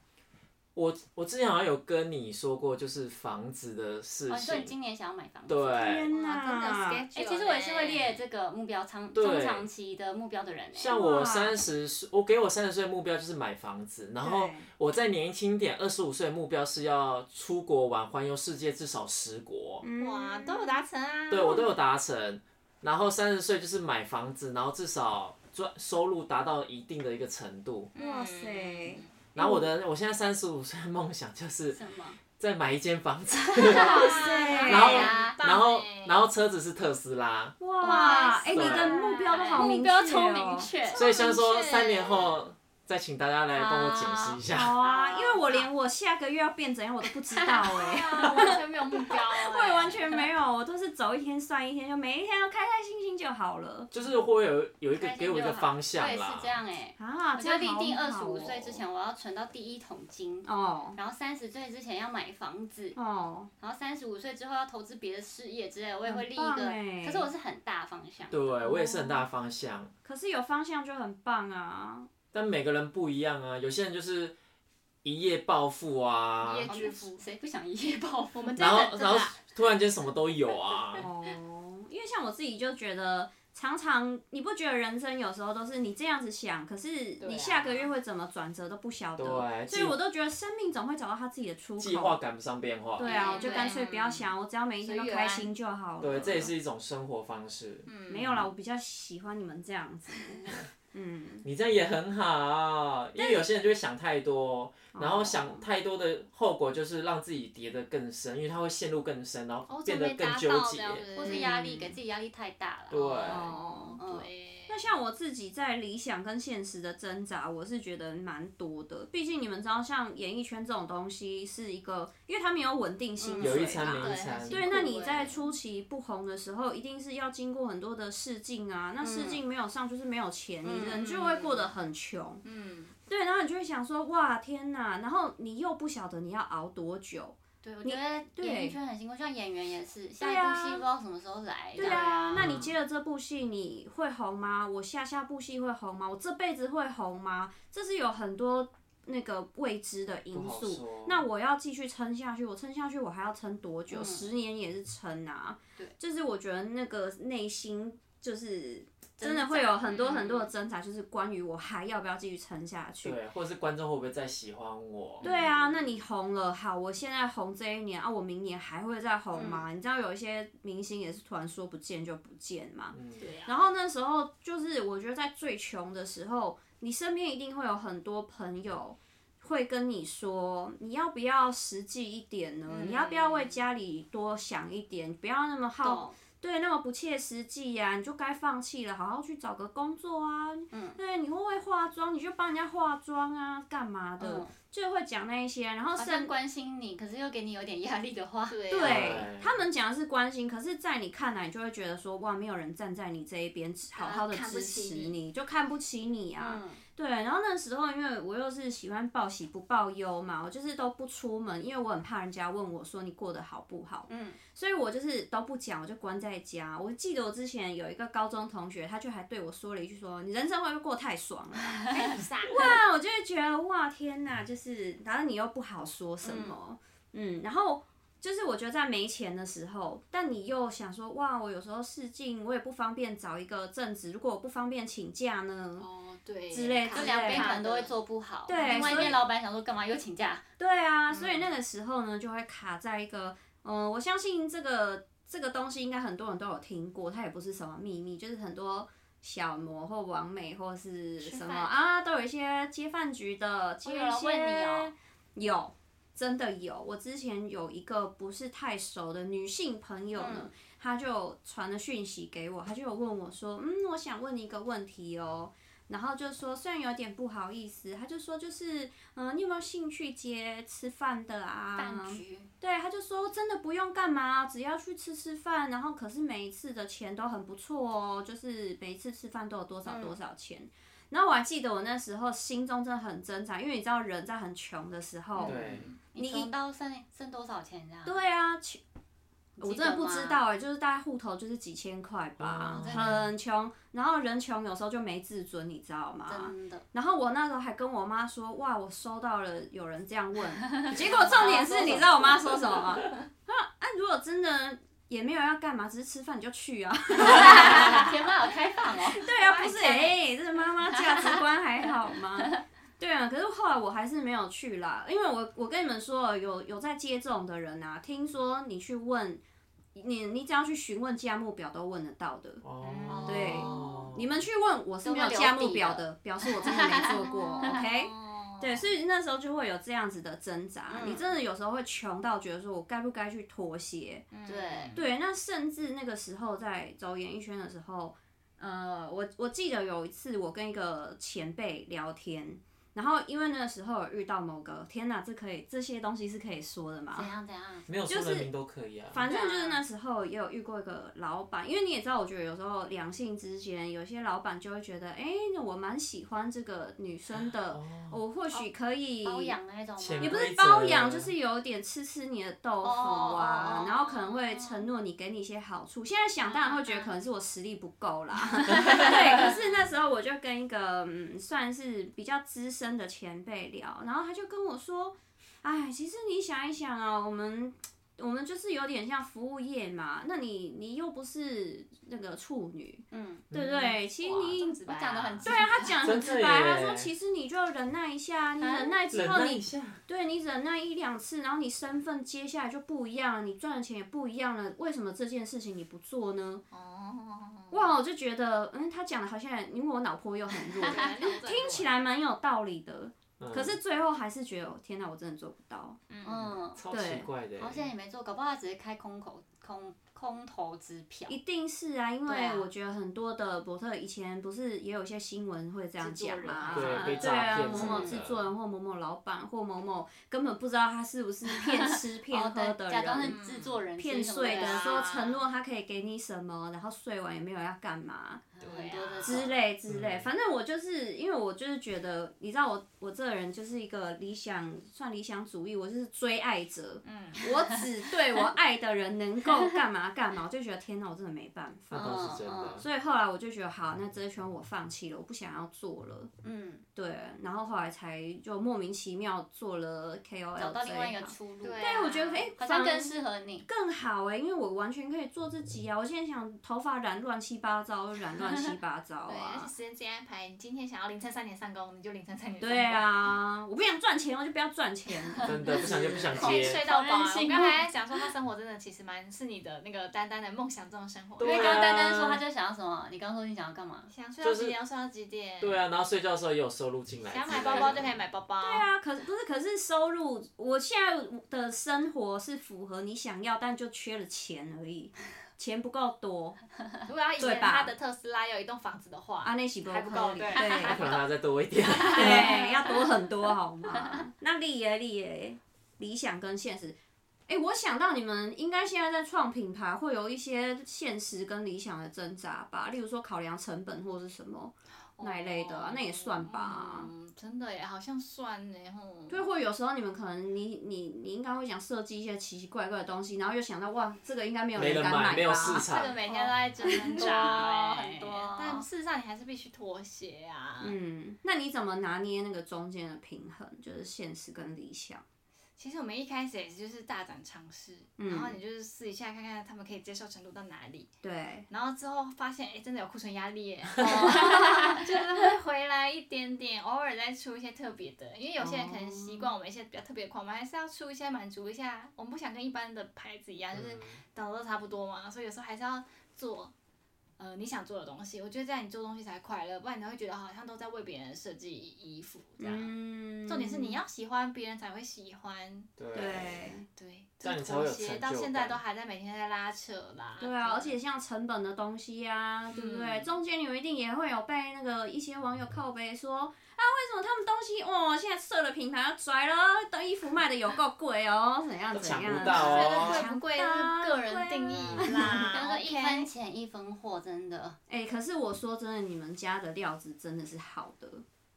Speaker 1: 我我之前好像有跟你说过，就是房子的事
Speaker 2: 哦，你说你
Speaker 1: 情，
Speaker 2: 今年想要买房子？
Speaker 1: 对，
Speaker 3: 哇真
Speaker 4: 天哪
Speaker 3: 的！schedule
Speaker 2: 哎、其实我也是会列
Speaker 3: 嘞
Speaker 2: 这个目标长
Speaker 1: 对
Speaker 2: 中长期的目标的人、欸。
Speaker 1: 像我
Speaker 4: 哇
Speaker 1: 三十岁，我给我三十岁的目标就是买房子，然后
Speaker 4: 对
Speaker 1: 我再年轻一点，二十五岁的目标是要出国玩，环游世界至少十国，
Speaker 4: 嗯
Speaker 3: 哇，都有达成啊。
Speaker 1: 对我都有达成。然后三十岁就是买房子，然后至少赚收入达到一定的一个程度。
Speaker 3: 嗯
Speaker 4: 哇塞，
Speaker 1: 然后我的我现在三十五岁的梦想就是
Speaker 2: 什么？
Speaker 1: 再买一间 房子，
Speaker 4: 哇塞，
Speaker 1: 然后
Speaker 2: 对啊
Speaker 1: 然后
Speaker 3: 棒欸
Speaker 1: 然后车子是特斯拉，
Speaker 4: 哇
Speaker 2: 哇，
Speaker 4: 哎，
Speaker 2: 塞
Speaker 4: 你
Speaker 3: 啊
Speaker 4: 的目标都好
Speaker 2: 哎目
Speaker 4: 明确
Speaker 2: 标
Speaker 4: 哦
Speaker 2: 超明确。
Speaker 1: 所以像说
Speaker 3: 明确
Speaker 1: 三年后再请大家来帮我解析一
Speaker 2: 哦
Speaker 1: 下。
Speaker 4: 好啊，因为我 连我下个月要变怎样我都不知道哎。
Speaker 3: 啊，完全没有目标欸，
Speaker 4: 我也完全没有，我都是走一天算一天，就每一天都开开心心就好了
Speaker 1: 就是会有有一个
Speaker 2: 开心
Speaker 1: 给我一
Speaker 2: 就
Speaker 1: 个
Speaker 2: 好
Speaker 1: 方
Speaker 2: 我
Speaker 1: 向
Speaker 2: 也是
Speaker 1: 啦
Speaker 2: 这，样哎、
Speaker 4: 啊！
Speaker 2: 我就立定
Speaker 4: 这
Speaker 2: 二十
Speaker 4: 样好好哦
Speaker 2: 五岁之前我要存到第一桶金，
Speaker 4: 哦
Speaker 2: 然后三十岁之前要买房子，
Speaker 4: 哦，
Speaker 2: 然后三十五岁之后要投资别的事业之类的，我也会立一
Speaker 4: 很棒
Speaker 2: 个。
Speaker 4: 欸
Speaker 2: 可是我是很大方向。
Speaker 1: 对我也
Speaker 4: 哦
Speaker 1: 是很大的方向。
Speaker 4: 可是有方向就很棒啊！
Speaker 1: 但每个人不一样啊，有些人就是一夜暴富啊
Speaker 3: 一，夜
Speaker 2: 巨富，哦谁不想一夜暴 富？我们
Speaker 1: 然
Speaker 3: 真
Speaker 1: 后
Speaker 3: 的
Speaker 1: 然后突然间什么都有啊，
Speaker 4: 哦，因为像我自己就觉得，常常你不觉得人生有时候都是你这样子想，可是
Speaker 3: 对
Speaker 4: 你
Speaker 3: 啊
Speaker 4: 下个月会怎么转折都不晓得，
Speaker 1: 对
Speaker 4: 所以我都觉得生命总会找到他自己的出
Speaker 1: 计划
Speaker 4: 口。
Speaker 1: 赶不上变化。
Speaker 4: 对啊，
Speaker 3: 嗯
Speaker 4: 我就干脆不要想，我只要每一天都开心就好了。
Speaker 1: 对，这也是一种生活方式。
Speaker 3: 嗯
Speaker 4: 没有啦，我比较喜欢你们这样子。嗯，
Speaker 1: 你这样也很好，啊因为有些人就会想太多，
Speaker 4: 哦
Speaker 1: 然后想太多的后果就是让自己跌得更深，因为他会陷入更深，然后
Speaker 3: 哦
Speaker 1: 变得
Speaker 3: 准备
Speaker 1: 更
Speaker 3: 达
Speaker 1: 纠
Speaker 3: 到
Speaker 1: 结。
Speaker 3: 了对
Speaker 2: 或是压力给自己压力太大了。
Speaker 1: 对
Speaker 4: 嗯哦
Speaker 2: 嗯
Speaker 3: 对，
Speaker 4: 那像我自己在理想跟现实的挣扎，我是觉得蛮多的。毕竟你们知道，像演艺圈这种东西是一个，因为它没有稳定薪
Speaker 2: 嗯
Speaker 4: 水
Speaker 1: 有
Speaker 4: 嘛，
Speaker 1: 一餐没一
Speaker 3: 啊对
Speaker 1: 餐，
Speaker 3: 很辛
Speaker 4: 对，
Speaker 3: 苦
Speaker 4: 那你在
Speaker 3: 欸
Speaker 4: 初期不红的时候，一定是要经过很多的试镜啊。那
Speaker 3: 嗯
Speaker 4: 试镜没有上，就是没有钱，你人就会过得很穷。
Speaker 3: 嗯，
Speaker 4: 对，然后你就会想说，哇，天哪！然后你又不晓得你要熬多久。
Speaker 2: 对，我觉得演艺圈很辛苦，像演员也是，下一
Speaker 4: 啊
Speaker 2: 部戏不知道什么时候来。
Speaker 4: 对
Speaker 2: 这样
Speaker 4: 啊，那你接了这部戏，你会红吗？我下下部戏会红吗？我这辈子会红吗？这是有很多那个未知的因
Speaker 1: 不好
Speaker 4: 嗯素
Speaker 1: 说。
Speaker 4: 那我要继续撑下去，我撑下去，我还要撑多久？十年也是撑啊。
Speaker 2: 对，
Speaker 4: 就是我觉得那个内心就是真
Speaker 2: 挣
Speaker 4: 的
Speaker 2: 扎
Speaker 4: 会有很多
Speaker 3: 嗯
Speaker 4: 很多的挣扎，就是关于我还要不要继续撑下去。
Speaker 1: 对，或者是观众会不会再喜欢我？
Speaker 4: 对啊，那你红了，好，我现在红这一年啊，我明年还会再红吗？你知道有一些明星也是突然说不见就不见嘛。
Speaker 1: 嗯，
Speaker 3: 对啊，
Speaker 4: 然后那时候就是，我觉得在最穷的时候，你身边一定会有很多朋友会跟你说，你要不要实际一点呢？你要不要为家里多想一点？不要那么好，
Speaker 2: 懂
Speaker 4: 对，那么不切实际呀、你就该放弃了，好好去找个工作啊。嗯，对，你会不会化妆，你就帮人家化妆啊，干嘛的？
Speaker 2: 嗯啊
Speaker 4: 就会讲那一些，啊然后
Speaker 2: 好
Speaker 4: 甚
Speaker 2: 像关心你，可是又给你有点压力的 话，
Speaker 3: 对啊
Speaker 4: 对他们讲的是关心，可是，在你看来，你就会觉得说，哇，没有人站在你这一边，好好的
Speaker 3: 啊看不
Speaker 4: 支
Speaker 3: 起
Speaker 4: 持
Speaker 3: 你
Speaker 4: 你，就看不起你啊。
Speaker 2: 嗯，
Speaker 4: 对，然后那时候因为我又是喜欢报喜不报忧嘛，我就是都不出门，因为我很怕人家问我说你过得好不好，
Speaker 2: 嗯，
Speaker 4: 所以我就是都不讲，我就关在家。我记得我之前有一个高中同学，他就还对我说了一句说你人生会不会过得太爽了？
Speaker 3: 哎不是啊
Speaker 4: 哇，我就会觉得哇天哪，就是然后你又不好说什么，嗯然后。就是我觉得在没钱的时候，但你又想说，哇，我有时候试镜，我也不方便找一个正职，如果我不方便请假呢？
Speaker 3: 哦，对，
Speaker 4: 之类
Speaker 2: 嗯就
Speaker 4: 之
Speaker 2: 两
Speaker 4: 类
Speaker 2: 边可能都会
Speaker 3: 做。
Speaker 2: 做不好。
Speaker 4: 对
Speaker 2: 另外一
Speaker 4: 所以
Speaker 2: 边老板想说干嘛又请假，
Speaker 4: 对
Speaker 2: 嗯
Speaker 4: 啊，所以那个时候呢，就会卡在一个，嗯、我相信这个这个东西应该很多人都有听过，它也不是什么秘密，就是很多小模或网美或是
Speaker 2: 吃
Speaker 4: 什
Speaker 2: 饭
Speaker 4: 么啊，都有一些街饭局的，接
Speaker 2: 有
Speaker 4: 一
Speaker 2: 人
Speaker 4: 些
Speaker 2: 问你哦
Speaker 4: 有。真的有，我之前有一个不是太熟的女性朋友
Speaker 2: 嗯
Speaker 4: 呢，她就传了讯息给我，她就有问我说，嗯，我想问你一个问题哦，然后就说虽然有点不好意思，她就说就是，嗯、你有没有兴趣接吃饭的啊？
Speaker 2: 饭局，
Speaker 4: 对，他就说真的不用干嘛，只要去吃吃饭，然后可是每一次的钱都很不错哦，就是每一次吃饭都有多
Speaker 2: 嗯
Speaker 4: 少多少钱。然后我还记得我那时候心中真的很挣扎，因为你知道人在很穷的时候，
Speaker 1: 对，
Speaker 2: 你存到剩剩多少钱这样？
Speaker 4: 对啊，穷
Speaker 2: 记
Speaker 4: 我真的
Speaker 2: 得
Speaker 4: 不
Speaker 2: 吗
Speaker 4: 知道哎、就是大概户头就是几千块吧
Speaker 1: 哦，
Speaker 2: 真的
Speaker 4: 很穷。然后人穷有时候就没自尊，你知道吗？
Speaker 2: 真的，
Speaker 4: 然后我那时候还跟我妈说，哇，我收到了有人这样问，结果 重点是，你知道我妈说什么吗？她说啊，如果真的也没有要干嘛，只是吃饭你就去啊。
Speaker 2: 钱包好开放哦。
Speaker 4: 对啊，不是哎、这妈妈价值观还好吗？对啊，可是后来我还是没有去啦，因为我我跟你们说，有有在接这种的人啊，听说你去问，你你只要去询问价目表都问得到的。
Speaker 1: 哦，
Speaker 4: 嗯对
Speaker 1: 哦
Speaker 4: 你们去问我是没有价目表的，表示我真的没做 过，OK？
Speaker 3: 哦
Speaker 4: 对，所以那时候就会有这样子的挣扎。
Speaker 2: 嗯
Speaker 4: 你真的有时候会穷到觉得说我该不该去妥协？
Speaker 3: 嗯
Speaker 2: 对，
Speaker 4: 对，那甚至那个时候在走演艺圈的时候，呃，我我记得有一次我跟一个前辈聊天，然后因为那个时候有遇到某个，天哪，这可以这些东西是可以说的
Speaker 2: 怎
Speaker 4: 吗？
Speaker 2: 样怎样？
Speaker 1: 没有说
Speaker 4: 就是
Speaker 1: 人名都可以啊。
Speaker 4: 反正就
Speaker 2: 对
Speaker 4: 是
Speaker 2: 啊
Speaker 4: 那时候也有遇过一个老板，因为你也知道，我觉得有时候两性之间，有些老板就会觉得，哎、那我蛮喜欢这个女生的，我或许可以
Speaker 2: 哦包养的那种吗？
Speaker 1: 钱
Speaker 4: 也不是
Speaker 1: 规则
Speaker 4: 包养，就是有点吃吃你的豆腐啊
Speaker 2: 哦哦哦哦
Speaker 4: 然后可能会承诺你给你一些好处。现在想当然会觉得可能是我实力不够 啦，对。可是那时候我就跟一个嗯算是比较资深的前辈聊，然后他就跟我说，哎，其实你想一想啊，我们。我们就是有点像服务业嘛，那你你又不是那个处女，
Speaker 2: 嗯，
Speaker 4: 对不对？其实
Speaker 3: 哇这
Speaker 4: 你
Speaker 3: 么直白
Speaker 2: 我
Speaker 3: 啊
Speaker 2: 讲的很直
Speaker 4: 对啊，他讲得
Speaker 1: 真
Speaker 4: 很直
Speaker 1: 的
Speaker 4: 白，
Speaker 1: 耶
Speaker 4: 他说其实你就忍耐一下，你忍耐
Speaker 2: 嗯
Speaker 4: 之
Speaker 1: 忍
Speaker 4: 后
Speaker 1: 耐
Speaker 4: 你
Speaker 1: 一下，
Speaker 4: 对你忍耐一两次，然后你身份接下来就不一样了，你赚的钱也不一样了，为什么这件事情你不做呢？
Speaker 3: 哦，
Speaker 4: 哇，我就觉得，嗯，他讲的好像，因为我脑波又很弱， 听起来蛮有道理的，
Speaker 1: 嗯
Speaker 4: 可是最后还是觉得，哦天哪，我真的做不到。
Speaker 3: 嗯，
Speaker 2: 嗯，
Speaker 1: 超
Speaker 4: 对
Speaker 1: 奇怪的欸。
Speaker 2: 然后现在也没做，搞不好他只是开空口空空头支票。
Speaker 4: 一定是啊，因
Speaker 2: 对啊
Speaker 4: 为我觉得很多的博特以前不是也有一些新闻会这样
Speaker 3: 制作
Speaker 4: 讲
Speaker 3: 人
Speaker 4: 嘛
Speaker 3: 啊，
Speaker 1: 对被诈
Speaker 4: 啊，
Speaker 1: 骗
Speaker 4: 某
Speaker 1: 什
Speaker 4: 某
Speaker 1: 么
Speaker 4: 制
Speaker 1: 的
Speaker 4: 作人或某某老板或某某根本不知道他是 不是骗吃骗
Speaker 2: 哦，
Speaker 4: 喝的
Speaker 2: 对，
Speaker 4: 人，嗯
Speaker 2: 假装是制作人
Speaker 4: 骗税
Speaker 2: 什么
Speaker 4: 的，
Speaker 2: 啊
Speaker 4: 说承诺他可以给你什么，然后税完也没有要干嘛
Speaker 2: 很多的
Speaker 4: 之
Speaker 2: 种
Speaker 4: 类之类。
Speaker 1: 嗯
Speaker 4: 反正我就是因为我就是觉得，你知道我我这个人就是一个理想算理想主义，我就是追爱者，
Speaker 3: 嗯，
Speaker 4: 我只对我爱的人能够干嘛干嘛，我就觉得天哪，我真的没办
Speaker 1: 那
Speaker 4: 法。
Speaker 1: 倒是真
Speaker 2: 嗯嗯
Speaker 1: 的，
Speaker 4: 所以后来我就觉得好，那这一圈我放弃了，我不想要做了。
Speaker 2: 嗯，
Speaker 4: 对，然后后来才就莫名其妙做了 KOL
Speaker 2: 找到另外一
Speaker 4: 这
Speaker 2: 个
Speaker 4: 行
Speaker 2: 出路。
Speaker 3: 对
Speaker 4: 对，我觉得哎，
Speaker 2: 好
Speaker 4: 反
Speaker 2: 像
Speaker 4: 而
Speaker 2: 更适合你。
Speaker 4: 更好哎、因为我完全可以做自己啊！我现在想头发染乱七八糟，染乱七八糟
Speaker 3: 对，而且
Speaker 4: 啊！
Speaker 3: 时间自己安排，你今天想要凌晨三点上工，你就凌晨三点。
Speaker 4: 对，啊，我不想赚钱，我就不要赚 钱。
Speaker 1: 真的不想就不 想
Speaker 3: 可以
Speaker 1: 接。
Speaker 3: 睡到饱啊。
Speaker 2: 好任
Speaker 3: 我
Speaker 2: 性
Speaker 3: 刚才在讲说，他生活真的其实蛮是你的那个丹丹的梦想中的生活，
Speaker 1: 对
Speaker 2: 因
Speaker 1: 啊
Speaker 2: 为刚刚丹丹说，他就想要什么？你刚说你想要干嘛？
Speaker 3: 想睡到
Speaker 1: 就
Speaker 3: 几
Speaker 1: 是
Speaker 3: 点就睡到几点，
Speaker 1: 对啊，然后睡觉的时候也有收入进来。
Speaker 3: 想买包包就可以。买包包。对
Speaker 4: 对，啊，可是不是？可是收入，我现在的生活是符合你想要，但就缺了钱而已。钱不够多，
Speaker 3: 如果要以前
Speaker 4: 吧
Speaker 3: 他的特斯拉有一栋房子的话，
Speaker 4: 啊，那喜不
Speaker 3: 还不够
Speaker 4: 可以，
Speaker 1: 那
Speaker 3: 对
Speaker 1: 可
Speaker 4: 对
Speaker 1: 能还要再多一点。
Speaker 4: 对，哎要多很多好吗？ 那立耶立耶，理想跟现实。哎、我想到你们应该现在在创品牌，会有一些现实跟理想的挣扎吧，例如说考量成本或是什么那一类的啊、那也算吧。
Speaker 3: 嗯，真的耶，好像算呢，吼。
Speaker 4: 对，或者有时候你们可能你你你应该会想设计一些奇奇怪怪的东西，然后又想到哇，这个应该没有
Speaker 1: 没人
Speaker 4: 敢
Speaker 1: 买
Speaker 4: 买吧？
Speaker 1: 没有市
Speaker 3: 这
Speaker 1: 场
Speaker 3: 个每天都在挣扎
Speaker 2: 哦
Speaker 3: 欸
Speaker 2: 很多
Speaker 3: 但事实上你还是必须妥协啊。
Speaker 4: 嗯，那你怎么拿捏那个中间的平衡，就是现实跟理想？
Speaker 3: 其实我们一开始也是就是大胆尝试，
Speaker 4: 嗯
Speaker 3: 然后你就是试一下看看他们可以接受程度到哪里，
Speaker 4: 对，
Speaker 3: 然后之后发现哎、诶真的有库存压力耶，哦 就是会回来一点点，偶尔再出一些特别的，因为有些人可能习
Speaker 1: 哦
Speaker 3: 惯我们一些比较特别的款，我们还是要出一些满足一下，我们不想跟一般的牌子一样，
Speaker 1: 嗯
Speaker 3: 就是长得都差不多嘛，所以有时候还是要做。呃，你想做的东西，我觉得这样你做东西才快乐，不然你会觉得好像都在为别人设计衣服这样。
Speaker 4: 嗯，
Speaker 3: 重点是你要喜欢，别人才会喜欢。
Speaker 4: 对。
Speaker 3: 对，
Speaker 1: 这样你才会
Speaker 3: 妥
Speaker 1: 有
Speaker 3: 协
Speaker 1: 成
Speaker 3: 到
Speaker 1: 就
Speaker 3: 现在
Speaker 1: 感
Speaker 3: 都还在每天在拉扯啦。
Speaker 4: 对啊，而且像成本的东西啊，对不对？
Speaker 3: 嗯
Speaker 4: 中间你们一定也会有被那个一些网友靠背说啊，为什么他们东西哦，现在设了平台要拽了，等衣服卖的有够贵哦，怎样
Speaker 1: 都
Speaker 4: 怎
Speaker 1: 抢
Speaker 4: 样
Speaker 1: 不到
Speaker 3: 所以
Speaker 1: 哦
Speaker 3: 那贵不贵
Speaker 4: 强大
Speaker 3: 是个人定义啦。
Speaker 2: 刚说一
Speaker 3: OK
Speaker 2: 分钱一分货，真的。
Speaker 4: 哎、可是我说真的，你们家的料子真的是好的。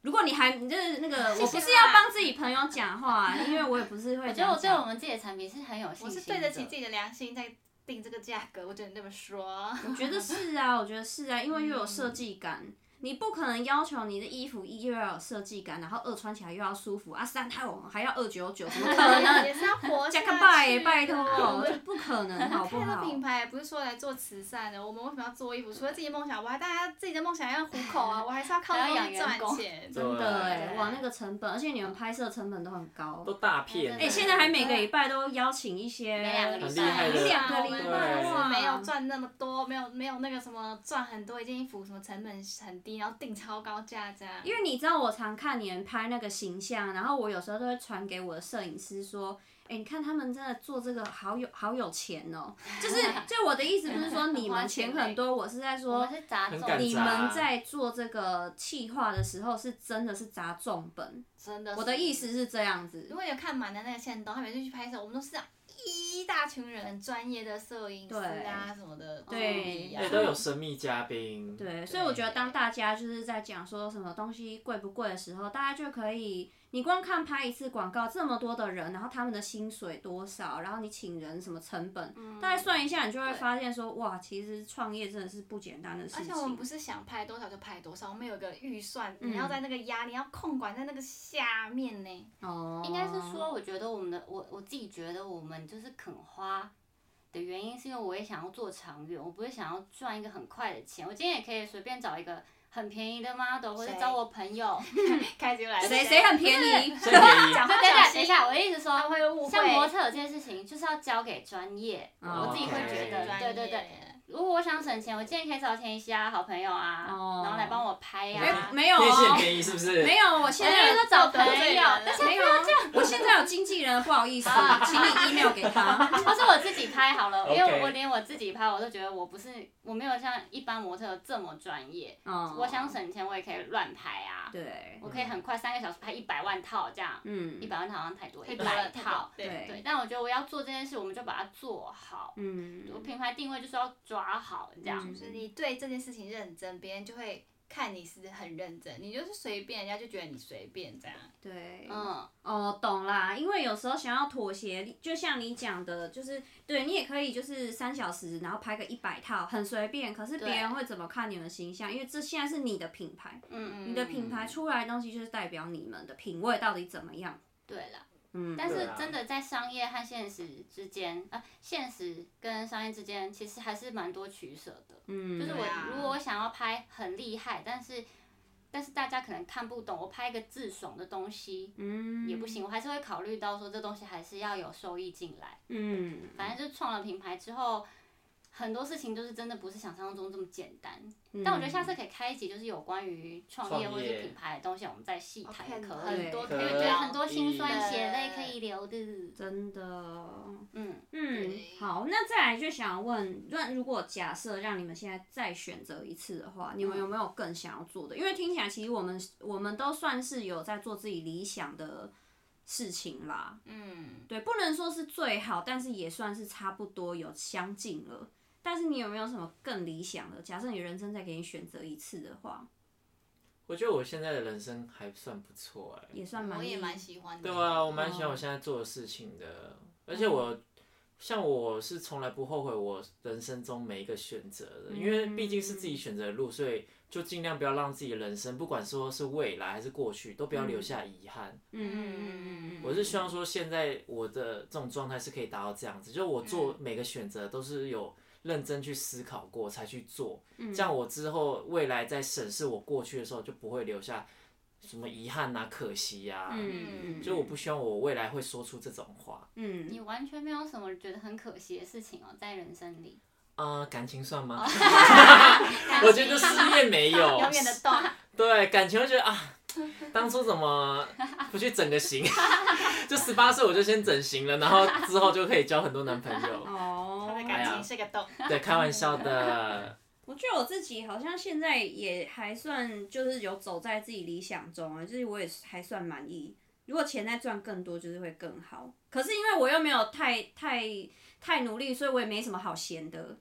Speaker 4: 如果你还你就是那个，我不是要帮自己朋友讲话，啊因为我也不是会
Speaker 2: 我觉得我
Speaker 4: 讲
Speaker 2: 对我
Speaker 4: 讲。
Speaker 2: 们自己的产品是很有信
Speaker 3: 我
Speaker 2: 心
Speaker 3: 是对得起自己的良心在定这个价格，我只能这么说。
Speaker 4: 我觉得是啊，我觉得是啊，因为又有设计感，你不可能要求你的衣服一又要有设计感，然后二穿起来又要舒服啊，三还有还要二九九，怎么可 能？
Speaker 3: 也是要活下
Speaker 4: 加
Speaker 3: 去
Speaker 4: 个
Speaker 3: 的。
Speaker 4: 拜，拜托，哦这
Speaker 3: 我
Speaker 4: 不可能，好不
Speaker 3: 开了
Speaker 4: 好？
Speaker 3: 品牌也不是说来做慈善的，我们为什么要做衣服？除了自己的梦想，我还当然要自己的梦想要糊口啊，我还是要靠
Speaker 2: 还要养
Speaker 3: 这个东西
Speaker 2: 员
Speaker 3: 赚
Speaker 2: 工
Speaker 3: 钱。
Speaker 1: 对
Speaker 4: 真的哎、
Speaker 3: 对
Speaker 4: 哇，那个成本，而且你们拍摄成本都很高
Speaker 1: 都。大片。
Speaker 4: 哎、
Speaker 2: 对
Speaker 4: 现在还每个礼拜都邀请一些，
Speaker 2: 每两个礼拜很厉害的
Speaker 4: 一两个
Speaker 3: 我
Speaker 4: 礼
Speaker 3: 们
Speaker 4: 拜
Speaker 1: 对
Speaker 4: 哇，
Speaker 3: 没有赚那么多，没有没有那个什么赚很多一件衣服什么成本很低，然后定超高价这样。
Speaker 4: 因为你知道我常看你们拍那个形象，然后我有时候都会传给我的摄影师说，哎、你看他们真的做这个好有好有钱哦、就是就我的意思不是说你
Speaker 2: 花
Speaker 4: 们
Speaker 2: 钱
Speaker 4: 钱
Speaker 2: 嘞
Speaker 4: 很多，我是在
Speaker 2: 我
Speaker 4: 说
Speaker 2: 们是杂
Speaker 1: 很
Speaker 2: 种，
Speaker 1: 敢
Speaker 4: 你
Speaker 1: 砸
Speaker 4: 们在做这个企划的时候是真的是砸重本，
Speaker 3: 真的是，
Speaker 4: 我的意思是这样子
Speaker 3: 如。果有看满的那个线动，他每次去拍摄，我们都是这样一大群人，很专业的摄影师啊什么的，
Speaker 4: 对
Speaker 3: 助理
Speaker 1: 哎、
Speaker 3: 啊
Speaker 1: 都有神秘嘉宾。
Speaker 4: 对，所以我觉得当大家就是在讲说什么东西贵不贵的时候，大家就可以，你光看拍一次广告，这么多的人，然后他们的薪水多少，然后你请人什么成本，大
Speaker 2: 嗯
Speaker 4: 家算一下，你就会发现说，哇，其实创业真的是不简单的事
Speaker 3: 而且
Speaker 4: 情。
Speaker 3: 我们不是想拍多少就拍多少，我们有一个预算，你要在那个压力，你要控管在那个下面 呢。
Speaker 4: 哦，
Speaker 2: 应该是说，我觉得我们的我我自己觉得我们就是肯花的原因，是因为我也想要做长远，我不是想要赚一个很快的钱。我今天也可以随便找一个很便宜的 model，或者
Speaker 3: 谁
Speaker 2: 找我朋 友。啊
Speaker 3: 开始又来了
Speaker 4: 谁谁很便 宜，
Speaker 1: 先 给
Speaker 3: 讲话
Speaker 2: 等一
Speaker 3: 小
Speaker 2: 下，
Speaker 3: 心
Speaker 2: 等一下，我的意思说
Speaker 3: 他，会误会，
Speaker 2: 像模特有这件事情，就是要交给专业。
Speaker 4: 哦
Speaker 2: 我自己会觉得
Speaker 1: OK
Speaker 2: 对对对。如果我想省钱，我今天可以找田一希啊，好朋友啊，
Speaker 4: 哦
Speaker 2: 然后来帮我拍呀、
Speaker 4: 哎
Speaker 2: 啊。
Speaker 4: 没有
Speaker 1: 你天线
Speaker 4: 哦，
Speaker 1: 便宜是不是？
Speaker 4: 没有，我现在
Speaker 2: 我就说找朋友，但是
Speaker 4: 没有，我现在有经纪人，不好意思，
Speaker 2: 啊
Speaker 4: 请你 email 给他。
Speaker 2: 或哦是我自己拍好 了，
Speaker 1: OK
Speaker 2: 因为我连我自己拍，我都觉得我不是，我没有像一般模特这么专业。
Speaker 4: 哦，
Speaker 2: 我想省钱，我也可以乱拍
Speaker 3: 哦
Speaker 2: 啊，
Speaker 4: 对，
Speaker 2: 我可以很快三个小时拍一百万套这样，
Speaker 4: 嗯
Speaker 2: 一百万套好像太多，
Speaker 3: 太
Speaker 2: 一
Speaker 3: 多了
Speaker 2: 百
Speaker 3: 太多
Speaker 2: 套
Speaker 3: 了。对。
Speaker 2: 对，但我觉得我要做这件事，我们就把它做好。
Speaker 4: 嗯，
Speaker 2: 我品牌定位就是要抓好这样
Speaker 4: 嗯
Speaker 3: 就是你对这件事情认真，别人就会看你是很认真，你就是随便，人家就觉得你随便这样。
Speaker 4: 对，
Speaker 2: 嗯，
Speaker 4: 哦，懂啦，因为有时候想要妥协，就像你讲的，就是对你也可以就是三小时，然后拍个一百套，很随便。可是别
Speaker 2: 对
Speaker 4: 人会怎么看你们形象？因为这现在是你的品牌，
Speaker 2: 嗯
Speaker 4: 你的品牌出来的东西就是代表你们的品味到底怎么样。
Speaker 2: 对了，
Speaker 4: 嗯，
Speaker 2: 但
Speaker 1: 对
Speaker 2: 是
Speaker 1: 啊
Speaker 2: 真的在商业和现实之间，啊，现实跟商业之间其实还是蛮多取舍的。
Speaker 4: 嗯，
Speaker 2: 就是
Speaker 3: 对
Speaker 2: 我
Speaker 3: 啊
Speaker 2: 如果我想要拍很厉害，但是但是大家可能看不懂，我拍一个自爽的东西
Speaker 4: 嗯
Speaker 2: 也不，行，我还是会考虑到说这东西还是要有收益进来。
Speaker 4: 嗯，
Speaker 2: 反正就创了品牌之后，很多事情就是真的不是想象中这么简单。但我觉得下次可以开一集，就是有关于创业
Speaker 1: 创
Speaker 2: 或者
Speaker 1: 业
Speaker 2: 品牌的东西，我们再细谈也
Speaker 4: OK，
Speaker 2: 可
Speaker 4: 可以
Speaker 2: 以。
Speaker 3: 很多
Speaker 1: 可
Speaker 2: 因为
Speaker 1: 以
Speaker 2: 觉得
Speaker 3: 聊
Speaker 2: 很多辛酸
Speaker 3: 对
Speaker 2: 血泪可以流的。
Speaker 4: 真的，
Speaker 2: 嗯，
Speaker 4: 嗯，好，那再来就想问，那如果假设让你们现在再选择一次的话，你
Speaker 3: 嗯
Speaker 4: 们有没有更想要做的？因为听起来其实我们我们都算是有在做自己理想的事情啦，
Speaker 3: 嗯，
Speaker 4: 对，不能说是最好，但是也算是差不多有相近了。但是你有没有什么更理想的？假设你人生再给你选择一次的话，
Speaker 1: 我觉得我现在的人生还算不错哎、
Speaker 4: 也算蛮
Speaker 3: 我也
Speaker 4: 厉嗯
Speaker 3: 蛮喜欢的。
Speaker 1: 对啊，我蛮喜欢我现在做的事情的，而且我像我是从来不后悔我人生中每一个选择的，因为毕竟是自己选择的路，所以就尽量不要让自己的人生，不管说是未来还是过去，都不要留下遗憾。
Speaker 4: 嗯嗯嗯嗯嗯，
Speaker 1: 我是希望说，现在我的这种状态是可以达到这样子，就是我做每个选择都是有认真去思考过才去做，这样我之后未来在审视我过去的时候，就不会留下什么遗憾呐、可惜啊呀、
Speaker 4: 嗯嗯，
Speaker 1: 就我不希望我未来会说出这种话。
Speaker 4: 嗯
Speaker 2: 你完全没有什么觉得很可惜的事情哦，在人生里。
Speaker 1: 呃，感情算吗？我
Speaker 2: 我
Speaker 1: 觉得 失恋没有，
Speaker 3: 永远的 动，
Speaker 1: 对感情，我觉得啊，当初怎么不去整个形？ 就十八岁我就先整形了，然后之后就可以交很多男朋友。
Speaker 3: 他
Speaker 4: 哦
Speaker 3: 的感情是个洞。
Speaker 1: 对，开玩笑的。
Speaker 4: 我觉得我自己好像现在也还算，就是有走在自己理想中啊，就是我也还算满意。如果钱再赚更多，就是会更好。可是因为我又没有太太太努力，所以我也没什么好嫌的，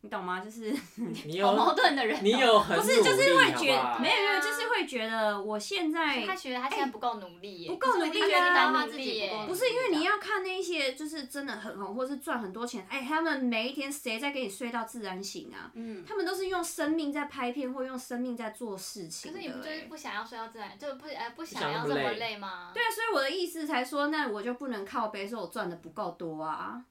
Speaker 4: 你懂吗？就是
Speaker 1: 你
Speaker 2: 好
Speaker 1: 有
Speaker 2: 矛盾的人哦。
Speaker 1: 你有很
Speaker 4: 不
Speaker 1: 努
Speaker 4: 是，就是会
Speaker 1: 力，好
Speaker 4: 觉
Speaker 1: 不好？啊
Speaker 4: 没有没有，就是会觉得我现
Speaker 1: 哎
Speaker 4: 在
Speaker 3: 他觉得他现在不够努力耶，
Speaker 4: 不够努力
Speaker 3: 他觉得他
Speaker 4: 啊
Speaker 2: 他
Speaker 3: 自
Speaker 2: 自
Speaker 3: 己
Speaker 2: 己不够努力
Speaker 4: 不是因为你要看那一些就是真的很红，或是赚很多钱，哎、他们每一天谁在给你睡到自然醒啊？
Speaker 2: 嗯，
Speaker 4: 他们都是用生命在拍片，或用生命在做事情
Speaker 3: 可
Speaker 4: 的、
Speaker 3: 是你不就是
Speaker 4: 哎
Speaker 3: 不想要睡到自然，就不呃不
Speaker 1: 不
Speaker 3: 想
Speaker 1: 想那
Speaker 3: 要
Speaker 1: 么
Speaker 3: 这么
Speaker 1: 累
Speaker 3: 累吗？
Speaker 4: 对啊，所以我的意思才说，那我就不能靠背，说我赚的不够多啊。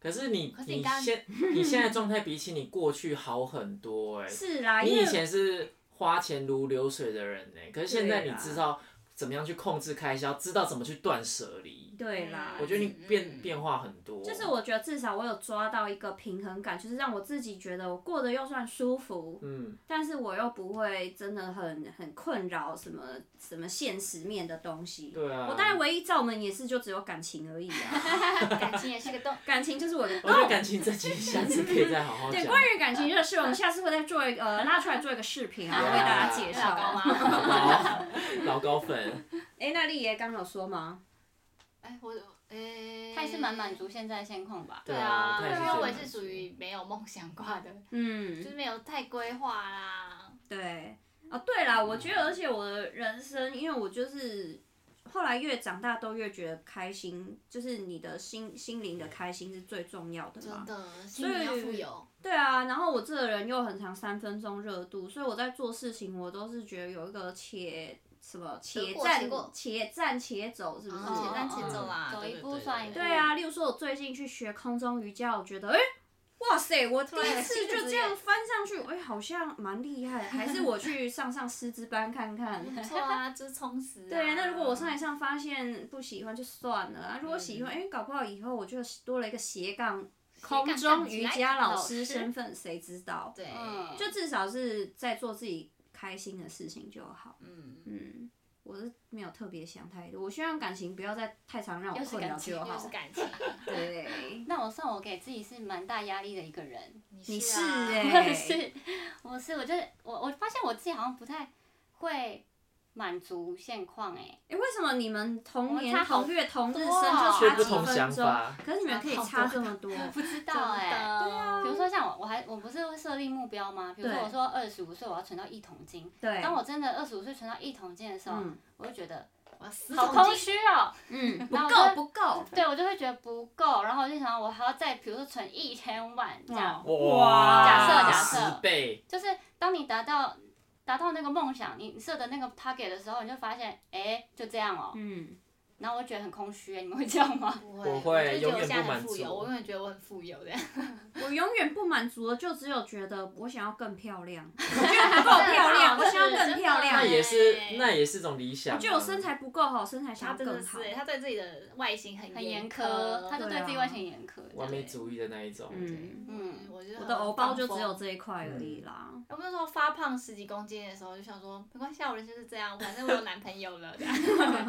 Speaker 1: 可是你
Speaker 3: 可是你
Speaker 1: 你
Speaker 3: 刚
Speaker 1: 现你现在状态比起你过去好很多哎、
Speaker 4: 是啦，
Speaker 1: 你
Speaker 4: 啊因为
Speaker 1: 以前是花钱如流水的人呢、可是现在你知道怎么样去控制开销，知道怎么去断舍离。
Speaker 4: 对啦，
Speaker 1: 我觉得你变、
Speaker 3: 嗯
Speaker 1: 变化很多，
Speaker 4: 就是我觉得至少我有抓到一个平衡感，就是让我自己觉得我过得又算舒服，
Speaker 1: 嗯，
Speaker 4: 但是我又不会真的很很困扰什么什么现实面的东西。
Speaker 1: 对啊，
Speaker 4: 我大概唯一罩门也是就只有感情而已啊，
Speaker 3: 感情也是个洞。
Speaker 4: 感情就是 我的
Speaker 1: 我觉得
Speaker 4: 洞。
Speaker 1: 感情这集下次可以再好好
Speaker 4: 对，
Speaker 1: 讲。
Speaker 4: 关于感情这个事，我们下次会再做一个呃拉出来做一个视频啊，
Speaker 1: Yeah
Speaker 4: 为大家介
Speaker 3: 老高
Speaker 4: 绍。
Speaker 3: 吗？
Speaker 1: 啊老老高粉，
Speaker 4: 哎，那丽爷刚有说吗？
Speaker 3: 哎，我哎，
Speaker 2: 他也是蛮满。足现在的现况吧。
Speaker 1: 对
Speaker 3: 对
Speaker 1: 啊
Speaker 3: 啊，
Speaker 1: 他也是
Speaker 3: 因
Speaker 1: 觉得
Speaker 3: 为我也
Speaker 1: 满
Speaker 3: 是
Speaker 1: 足啊
Speaker 3: 属于没有梦想挂的，就
Speaker 4: 嗯
Speaker 3: 是，没有太规划啦。
Speaker 4: 对，哦，对啦，我觉得，而且我的人生，因为我就是后来越长大，都越觉得开心，就是你的心心灵的开心是最重要的嘛
Speaker 3: 真。的，
Speaker 4: 所
Speaker 3: 心
Speaker 4: 以
Speaker 3: 里要富有。
Speaker 4: 对啊，然后我这个人又很常三分钟热度，所以我在做事情，我都是觉得有一个且什么且
Speaker 3: 过
Speaker 4: 战
Speaker 3: 且过
Speaker 4: 且战且走，是不是？
Speaker 3: 哦且战且
Speaker 1: 走
Speaker 3: 啦
Speaker 2: 走
Speaker 3: 对
Speaker 2: 一
Speaker 3: 对
Speaker 2: 步
Speaker 3: 对
Speaker 2: 算一步。
Speaker 4: 对啊，例如说，我最近去学空中瑜伽，我觉得，哎、哇塞，我第一次就这样翻上去，哎、好像蛮厉害的。还是我去上上师资班看看。
Speaker 3: 不错啊，就是充实、啊。
Speaker 4: 对，那如果我上一上发现不喜欢就算了啊，如果喜欢，哎、搞不好以后我就多了一个斜杠空中瑜伽老师身份，谁知道？
Speaker 3: 对，
Speaker 2: 嗯
Speaker 4: 就至少是在做自己开心的事情就好。
Speaker 3: 嗯，
Speaker 4: 嗯，我是没有特别想太多，我希望感情不要再太常让我
Speaker 2: 又是
Speaker 4: 困扰
Speaker 2: 感情
Speaker 4: 就
Speaker 3: 又
Speaker 4: 好
Speaker 3: 是。感情，
Speaker 4: 对。
Speaker 2: 那我算我给自己是蛮大压力的一个人，
Speaker 3: 你
Speaker 4: 是
Speaker 3: 啊
Speaker 4: 欸
Speaker 2: 我也是，我是，我就是我，我发现我自己好像不太会满足现况哎、
Speaker 4: 哎、为什么你们同
Speaker 2: 我
Speaker 4: 年
Speaker 2: 们差好
Speaker 4: 同月同日生
Speaker 2: 多
Speaker 1: 却
Speaker 2: 哦
Speaker 4: 就差
Speaker 1: 不
Speaker 4: 几
Speaker 1: 同想
Speaker 4: 分钟？
Speaker 1: 法，
Speaker 4: 可是你们可以差这么多，
Speaker 2: 不知
Speaker 3: 真
Speaker 2: 道
Speaker 3: 的
Speaker 2: 哎、
Speaker 3: 对啊，
Speaker 2: 比如说像我，我还我不是会设立目标吗？比如说
Speaker 4: 对
Speaker 2: 我说二十五岁我要存到一桶金，
Speaker 4: 对，
Speaker 2: 当我真的二十五岁存到一桶金的时候，
Speaker 4: 嗯
Speaker 2: 我就觉得
Speaker 3: 我要死
Speaker 2: 好
Speaker 3: 总
Speaker 2: 空虚哦、
Speaker 4: 嗯不
Speaker 2: 然后我
Speaker 4: 够
Speaker 2: 就
Speaker 4: 不够，
Speaker 2: 对我就会觉得不够，然后我就想我还要再比如说存一千万这样，
Speaker 1: 哇，
Speaker 2: 假设假设
Speaker 1: 十倍，
Speaker 2: 就是当你达到达到那个梦想，你设的那个 target 的时候，你就发现哎、就这样哦、
Speaker 4: 嗯，
Speaker 2: 然后我就觉得很空虚、哎，你们会这样 吗？
Speaker 3: 不
Speaker 1: 我
Speaker 3: 会，
Speaker 1: 会
Speaker 3: 我就觉得
Speaker 1: 永
Speaker 3: 我
Speaker 1: 远
Speaker 3: 现在
Speaker 1: 不满
Speaker 3: 很富有，
Speaker 1: 足
Speaker 3: 我永远觉得我很富有的。
Speaker 4: 我永远不满足的就只有觉得我想要更 漂亮，我觉得不够漂亮，
Speaker 2: 哦
Speaker 4: 我想要更漂
Speaker 1: 那
Speaker 4: 亮，
Speaker 1: 也是
Speaker 3: 对
Speaker 1: 那也是种理想、啊。
Speaker 4: 哎我觉得我身材不够好，身材想
Speaker 3: 他
Speaker 4: 要
Speaker 3: 真的
Speaker 4: 更
Speaker 3: 是
Speaker 4: 好。
Speaker 3: 欸，他对自己的外形很
Speaker 2: 很严
Speaker 3: 严
Speaker 2: 苛，他
Speaker 3: 他
Speaker 2: 就对自己外形很严苛。
Speaker 1: 完美主义的那一种。
Speaker 4: 嗯，
Speaker 2: 嗯，
Speaker 3: 我觉得
Speaker 4: 我的偶包就只有
Speaker 3: 这。
Speaker 4: 这一块而已啦。
Speaker 3: 我那时候发胖十几公斤的时候，就想说没关系，啊，我人就是这样，反正我有男朋友了。这 样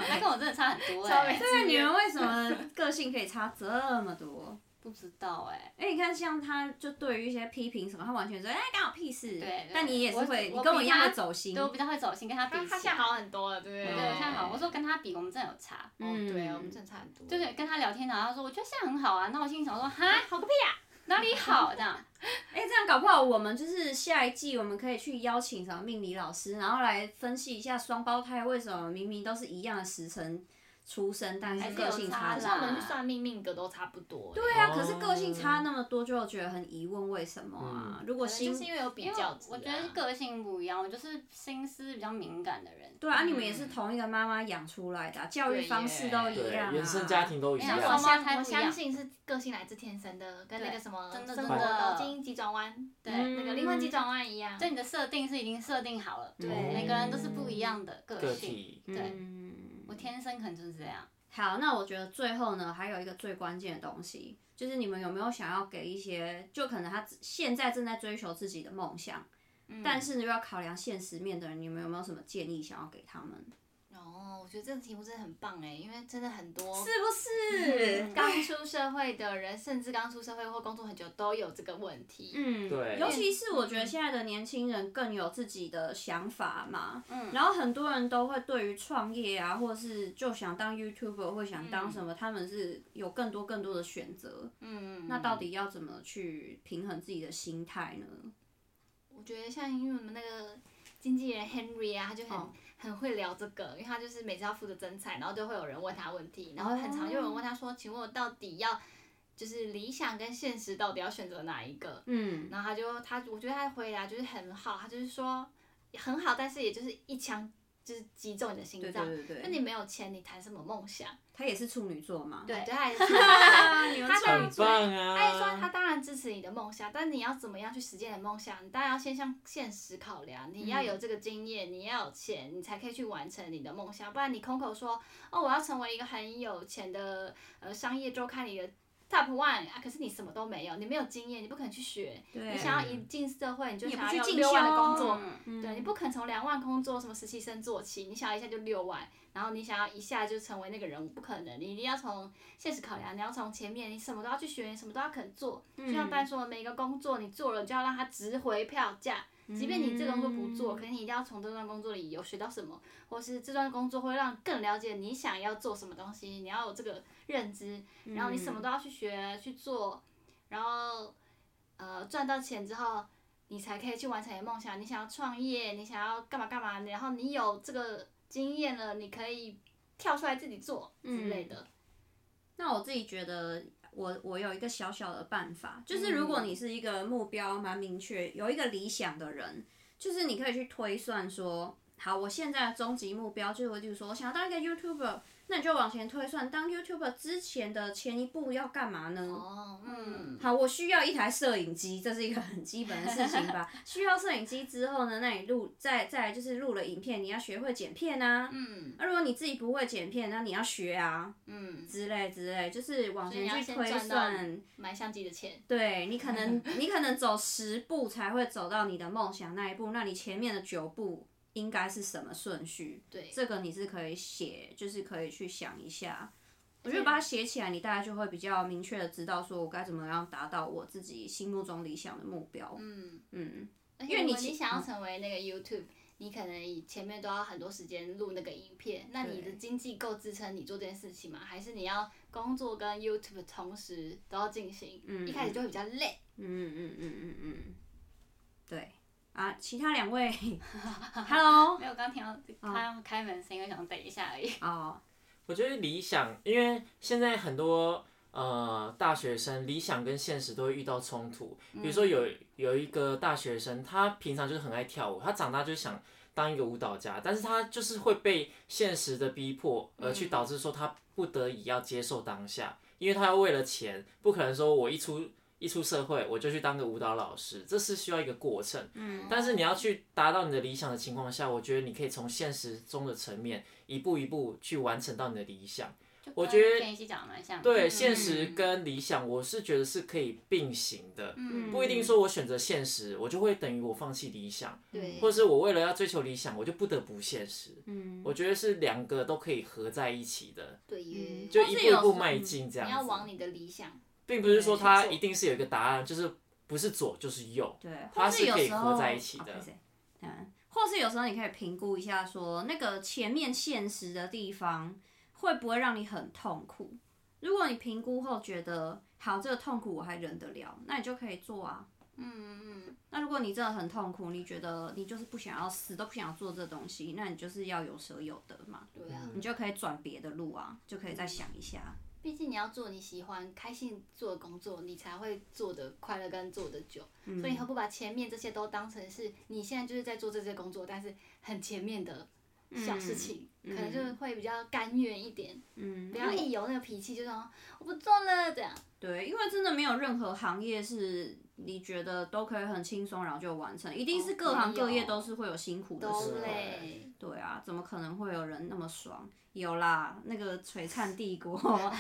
Speaker 2: 他 跟我真的差很多
Speaker 3: 稍
Speaker 2: 哎、
Speaker 3: 微
Speaker 4: 这个女人啊为什么个性可以差这么多？
Speaker 2: 不知道哎、
Speaker 4: 哎、你看，像她就对于一些批评什么，她完全说，哎、干我屁事。
Speaker 2: 对
Speaker 4: 但你也是
Speaker 2: 我
Speaker 4: 会，
Speaker 2: 我
Speaker 4: 你跟我一样
Speaker 2: 比她
Speaker 4: 会走心
Speaker 2: 对。我比较会走心，跟他比
Speaker 3: 他他
Speaker 2: 起
Speaker 3: 现
Speaker 2: 来，
Speaker 3: 在好很多了，对不
Speaker 2: 对
Speaker 3: 对？
Speaker 2: 我现在好，
Speaker 4: 嗯
Speaker 2: 我说跟他比，我们真的有差，
Speaker 3: 哦，对，
Speaker 4: 嗯
Speaker 3: 我们正差很多。
Speaker 2: 就是跟他聊天，然后他说我觉得现在很好啊，那我心里想说哈，好个屁呀、哪里好这样？
Speaker 4: 哎、这样搞不好，我们就是下一季我们可以去邀请什么命理老师，然后来分析一下双胞胎为什么明明都是一样的时辰出生，但
Speaker 2: 还
Speaker 4: 是
Speaker 2: 是
Speaker 4: 个
Speaker 2: 有
Speaker 4: 性
Speaker 2: 差
Speaker 4: 差
Speaker 3: 可
Speaker 2: 啦
Speaker 3: 是我们去算命，命格都差不多。欸
Speaker 4: 对
Speaker 1: 哦
Speaker 4: 啊，可是个性差那么多，就觉得很疑问，为什么啊？
Speaker 1: 嗯
Speaker 4: 如果
Speaker 3: 可能
Speaker 4: 心
Speaker 3: 就是因为有比
Speaker 2: 因为
Speaker 3: 较值啊
Speaker 2: 我觉得个性不一样，我就是心思比较敏感的人。
Speaker 4: 对啊，你们也是同一个妈妈养出来的啊、教育方式都一
Speaker 1: 对，
Speaker 4: 样啊。哎
Speaker 1: 原生家庭都一
Speaker 2: 没
Speaker 3: 但
Speaker 2: 有
Speaker 3: 我
Speaker 1: 样
Speaker 2: 双。胞
Speaker 3: 相
Speaker 2: 胎
Speaker 3: 我
Speaker 2: 不一样
Speaker 3: 相信是个性来自天生的，跟那
Speaker 2: 对
Speaker 3: 个什么
Speaker 2: 真的
Speaker 3: 生活
Speaker 1: 真
Speaker 2: 的
Speaker 3: 的基因急转弯，
Speaker 2: 对
Speaker 4: 嗯
Speaker 3: 那个灵魂急转弯一样。
Speaker 2: 就你的设定是已经设定好了，
Speaker 1: 对
Speaker 2: 每个人都是不一样的个
Speaker 1: 个
Speaker 2: 性。
Speaker 1: 体，
Speaker 2: 对
Speaker 4: 嗯
Speaker 2: 我天生可能就是这样。
Speaker 4: 好，那我觉得最后呢，还有一个最关键的东西，就是你们有没有想要给一些，就可能他只现在正在追求自己的梦想，但是又要考量现实面的人，你们有没有什么建议想要给他们？
Speaker 3: 哦，我觉得这个题目真的很棒哎，因为真的很多
Speaker 4: 是不是？
Speaker 3: 刚出社会的人，甚至刚出社会或工作很久都有这个问题。
Speaker 4: 嗯，
Speaker 1: 对
Speaker 4: 尤其是我觉得现在的年轻人更有自己的想法嘛，嗯，然后很多人都会对于创业啊，或是就想当 YouTuber 或想当什么，他们是有更多更多的选择，
Speaker 2: 嗯，
Speaker 4: 那到底要怎么去平衡自己的心态呢？
Speaker 3: 嗯我觉得像因为我们那个经纪人 Henry 啊，他就很、
Speaker 4: 哦
Speaker 3: 很会聊这个，因为他就是每次要负责征才，然后就会有人问他问题，然后很常就有
Speaker 4: 哦
Speaker 3: 人问他说：“请问我到底要就是理想跟现实到底要选择哪一个？”
Speaker 4: 嗯，
Speaker 3: 然后他就他，我觉得他的回答就是很好，他就是说很好，但是也就是一枪就是击中你的心
Speaker 4: 对
Speaker 3: 脏。
Speaker 4: 对对
Speaker 3: 那
Speaker 4: 对，
Speaker 3: 你没有钱，你谈什么梦想？
Speaker 4: 他也是处女座嘛，
Speaker 3: 对，
Speaker 2: 对
Speaker 3: 对他 也是他
Speaker 4: 你们
Speaker 3: 当然
Speaker 1: 很棒啊！
Speaker 3: 他一说他当然支持你的梦想，但你要怎么样去实现你的梦想？你当然要先向现实考量，你要有
Speaker 4: 嗯
Speaker 3: 这个经验，你要有钱，你才可以去完成你的梦想。不然你空口说哦，我要成为一个很有钱的呃商业周刊里的 top one 啊，可是你什么都没有，你没有经验，你不可能去学。
Speaker 4: 对
Speaker 3: 你想要一进社会，你就
Speaker 4: 也不
Speaker 3: 想要
Speaker 4: 去
Speaker 3: 用
Speaker 4: 进
Speaker 3: 六万的
Speaker 4: 修哦
Speaker 3: 工作，
Speaker 2: 嗯
Speaker 3: 对你不肯从两万工作什么实习生做起，你想要一下就六万，然后你想要一下就成为那个人物，不可能，你一定要从现实考量，你要从前面，你什么都要去学，你什么都要肯做。就像班说的，每一个工作你做了，你就要让它值回票价。即便你这个工作不做，可是你一定要从这段工作里有学到什么，或是这段工作会让你更了解你想要做什么东西，你要有这个认知，然后你什么都要去学去做，然后呃赚到钱之后，你才可以去完成你的梦想。你想要创业，你想要干嘛干嘛，然后你有这个经验了，你可以跳出来自己做之类的。
Speaker 4: 那我自己觉得我，我有一个小小的办法，就是如果你是一个目标蛮明确、有一个理想的人，就是你可以去推算说，好，我现在的终极目标就是，我就说我想要当一个 YouTuber，那你就往前推算，当 YouTuber 之前的前一步要干嘛呢？
Speaker 3: 哦，嗯，
Speaker 4: 好，我需要一台摄影机，这是一个很基本的事情吧。需要摄影机之后呢，那你录再再来就是录了影片，你要学会剪片啊。嗯。那、如果你自己不会剪片，那你要学啊。嗯。之类之类，就是往
Speaker 3: 所以你
Speaker 4: 前
Speaker 3: 要
Speaker 4: 去
Speaker 3: 先
Speaker 4: 推
Speaker 3: 赚到
Speaker 4: 算。
Speaker 3: 买相机的钱。
Speaker 4: 对你 可能你可能走十步才会走到你的梦想那一步，那你前面的九步应该是什么顺序？
Speaker 3: 对
Speaker 4: 这个你是可以写，就是可以去想一下。我觉得把它写起来，你大概就会比较明确的知道，说我该怎么样达到我自己心目中理想的目标。
Speaker 3: 嗯，
Speaker 4: 嗯，
Speaker 3: 因为
Speaker 4: 你
Speaker 3: 你
Speaker 4: 其
Speaker 3: 你想要成为那个 YouTube，、你可能以前面都要很多时间录那个影片，那你的
Speaker 4: 对
Speaker 3: 经济够支撑你做这件事情吗？还是你要工作跟 YouTube 同时都要进行？嗯一开始就会比较累。
Speaker 4: 嗯嗯嗯嗯嗯，对啊，其他两位 ，Hello，
Speaker 2: 没有，我刚听到他要开门声音，我想等一下而已。
Speaker 4: 哦，
Speaker 1: 我觉得理想，因为现在很多呃大学生理想跟现实都会遇到冲突。比如说有
Speaker 3: 嗯
Speaker 1: 有一个大学生，他平常就是很爱跳舞，他长大就想当一个舞蹈家，但是他就是会被现实的逼迫，而去
Speaker 3: 嗯
Speaker 1: 导致说他不得已要接受当下，因为他要为了钱，不可能说我一出。一出社会，我就去当个舞蹈老师，这是需要一个过程。嗯，但是你要去达到你的理想的情况下，我觉得你可以从现实中的层面一步一步去完成到你的理想。我觉得
Speaker 2: 跟一起讲得蛮像的。
Speaker 1: 对
Speaker 2: 嗯
Speaker 1: 现 实跟理想，我是觉得是可以并行的。
Speaker 2: 嗯
Speaker 1: 不一定说我选择现实，我就会等于我放弃理想，
Speaker 3: 嗯
Speaker 2: 对，
Speaker 1: 或是我为了要追求理想，我就不得不现实。
Speaker 4: 嗯，
Speaker 1: 我觉得是两个都可以合在一起的，
Speaker 3: 对耶，
Speaker 1: 就
Speaker 4: 但
Speaker 1: 一
Speaker 4: 是
Speaker 1: 步一
Speaker 4: 有
Speaker 1: 步
Speaker 4: 时
Speaker 1: 迈进这
Speaker 3: 你要
Speaker 1: 样
Speaker 3: 往
Speaker 1: 子，
Speaker 3: 你的理想，
Speaker 1: 并不是说它
Speaker 3: 对
Speaker 1: 一定是有一个答案，就是不是左就是右。
Speaker 4: 对，
Speaker 1: 它
Speaker 4: 或是
Speaker 1: 是
Speaker 4: 有
Speaker 1: 可以
Speaker 4: 时
Speaker 1: 合
Speaker 4: 候
Speaker 1: 在一起的
Speaker 4: 哦不是嗯，或是有时候你可以评估一下说那个前面现实的地方会不会让你很痛苦。如果你评估后觉得好，这个痛苦我还忍得了，那你就可以做啊。
Speaker 3: 嗯嗯
Speaker 4: 那如果你真的很痛苦，你觉得你就是不想要死，都不想要做这东西，那你就是要有舍有得嘛，
Speaker 3: 嗯，对啊，
Speaker 4: 你就可以转别的路啊，就可以再想一下。
Speaker 3: 毕竟你要做你喜欢、开心做的工作，你才会做的快乐跟做的久。所
Speaker 4: 嗯
Speaker 3: 以你何不把前面这些都当成是你现在就是在做这些工作，但是很前面的小事情，
Speaker 4: 嗯
Speaker 3: 可能就会比较甘愿一点，
Speaker 4: 嗯
Speaker 3: 不，要一有那个脾气就说我不做了这样。
Speaker 4: 对，因为真的没有任何行业是你觉得都可以很轻松然后就完成，一定是各行各业都是会有辛苦的时
Speaker 3: 都
Speaker 4: 候。
Speaker 3: 累，
Speaker 4: 对啊，怎么可能会有人那么爽？有啦，那个璀璨帝国啊，